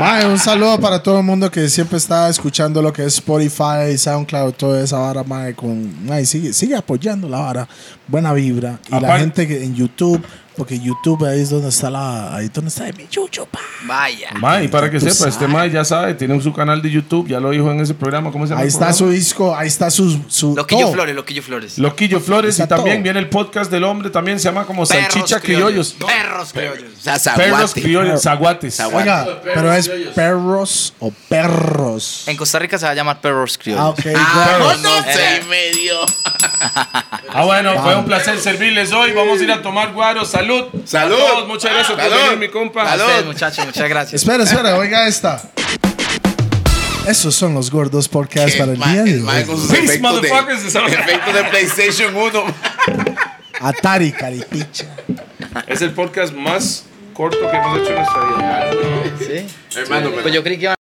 Mae, un saludo para todo el mundo que siempre está escuchando lo que es Spotify, SoundCloud, toda esa vara, mae, con mae, sigue, sigue apoyando la vara, buena vibra. Y la
Aparte-
gente que en YouTube, porque YouTube ahí es donde está la, ahí es donde está mi chucho, pa.
Vaya.
Ma, y para que
Tú
sepa, este
sabes.
Mae ya sabe, tiene su canal de YouTube, ya lo dijo en ese programa. ¿Cómo se llama? el
Ahí está
programa?
su disco, ahí está su, su
Loquillo
todo.
Flores, Loquillo Flores.
Loquillo Flores y
Está
también
todo.
viene el podcast del hombre, también se llama como
Perros
Salchicha Criollos.
Perros criollos.
O sea,
Perros
Zaguate.
criollos, zaguates.
Oiga, pero es perros o perros.
En Costa Rica se va a llamar Perros
Ah,
criollos.
ok.
Ah,
perros.
no sé, y medio.
Ah, bueno, fue un placer servirles hoy. Vamos a ir a tomar guaro. Salud.
Salud.
A todos, muchas gracias por
Salud.
venir, mi compa.
A
Salud.
ustedes, muchachos, muchas gracias.
Espera, espera, oiga esta. Esos son los gordos podcasts para el
Ma-
día
el
de
ma
hoy.
con sus
Peace,
efectos de,
motherfuckers.
efectos de PlayStation 1.
Atari, caripicha.
Es el podcast más corto que hemos hecho en nuestra vida.
Sí.
Hermano, pero-
Pues yo creí que iba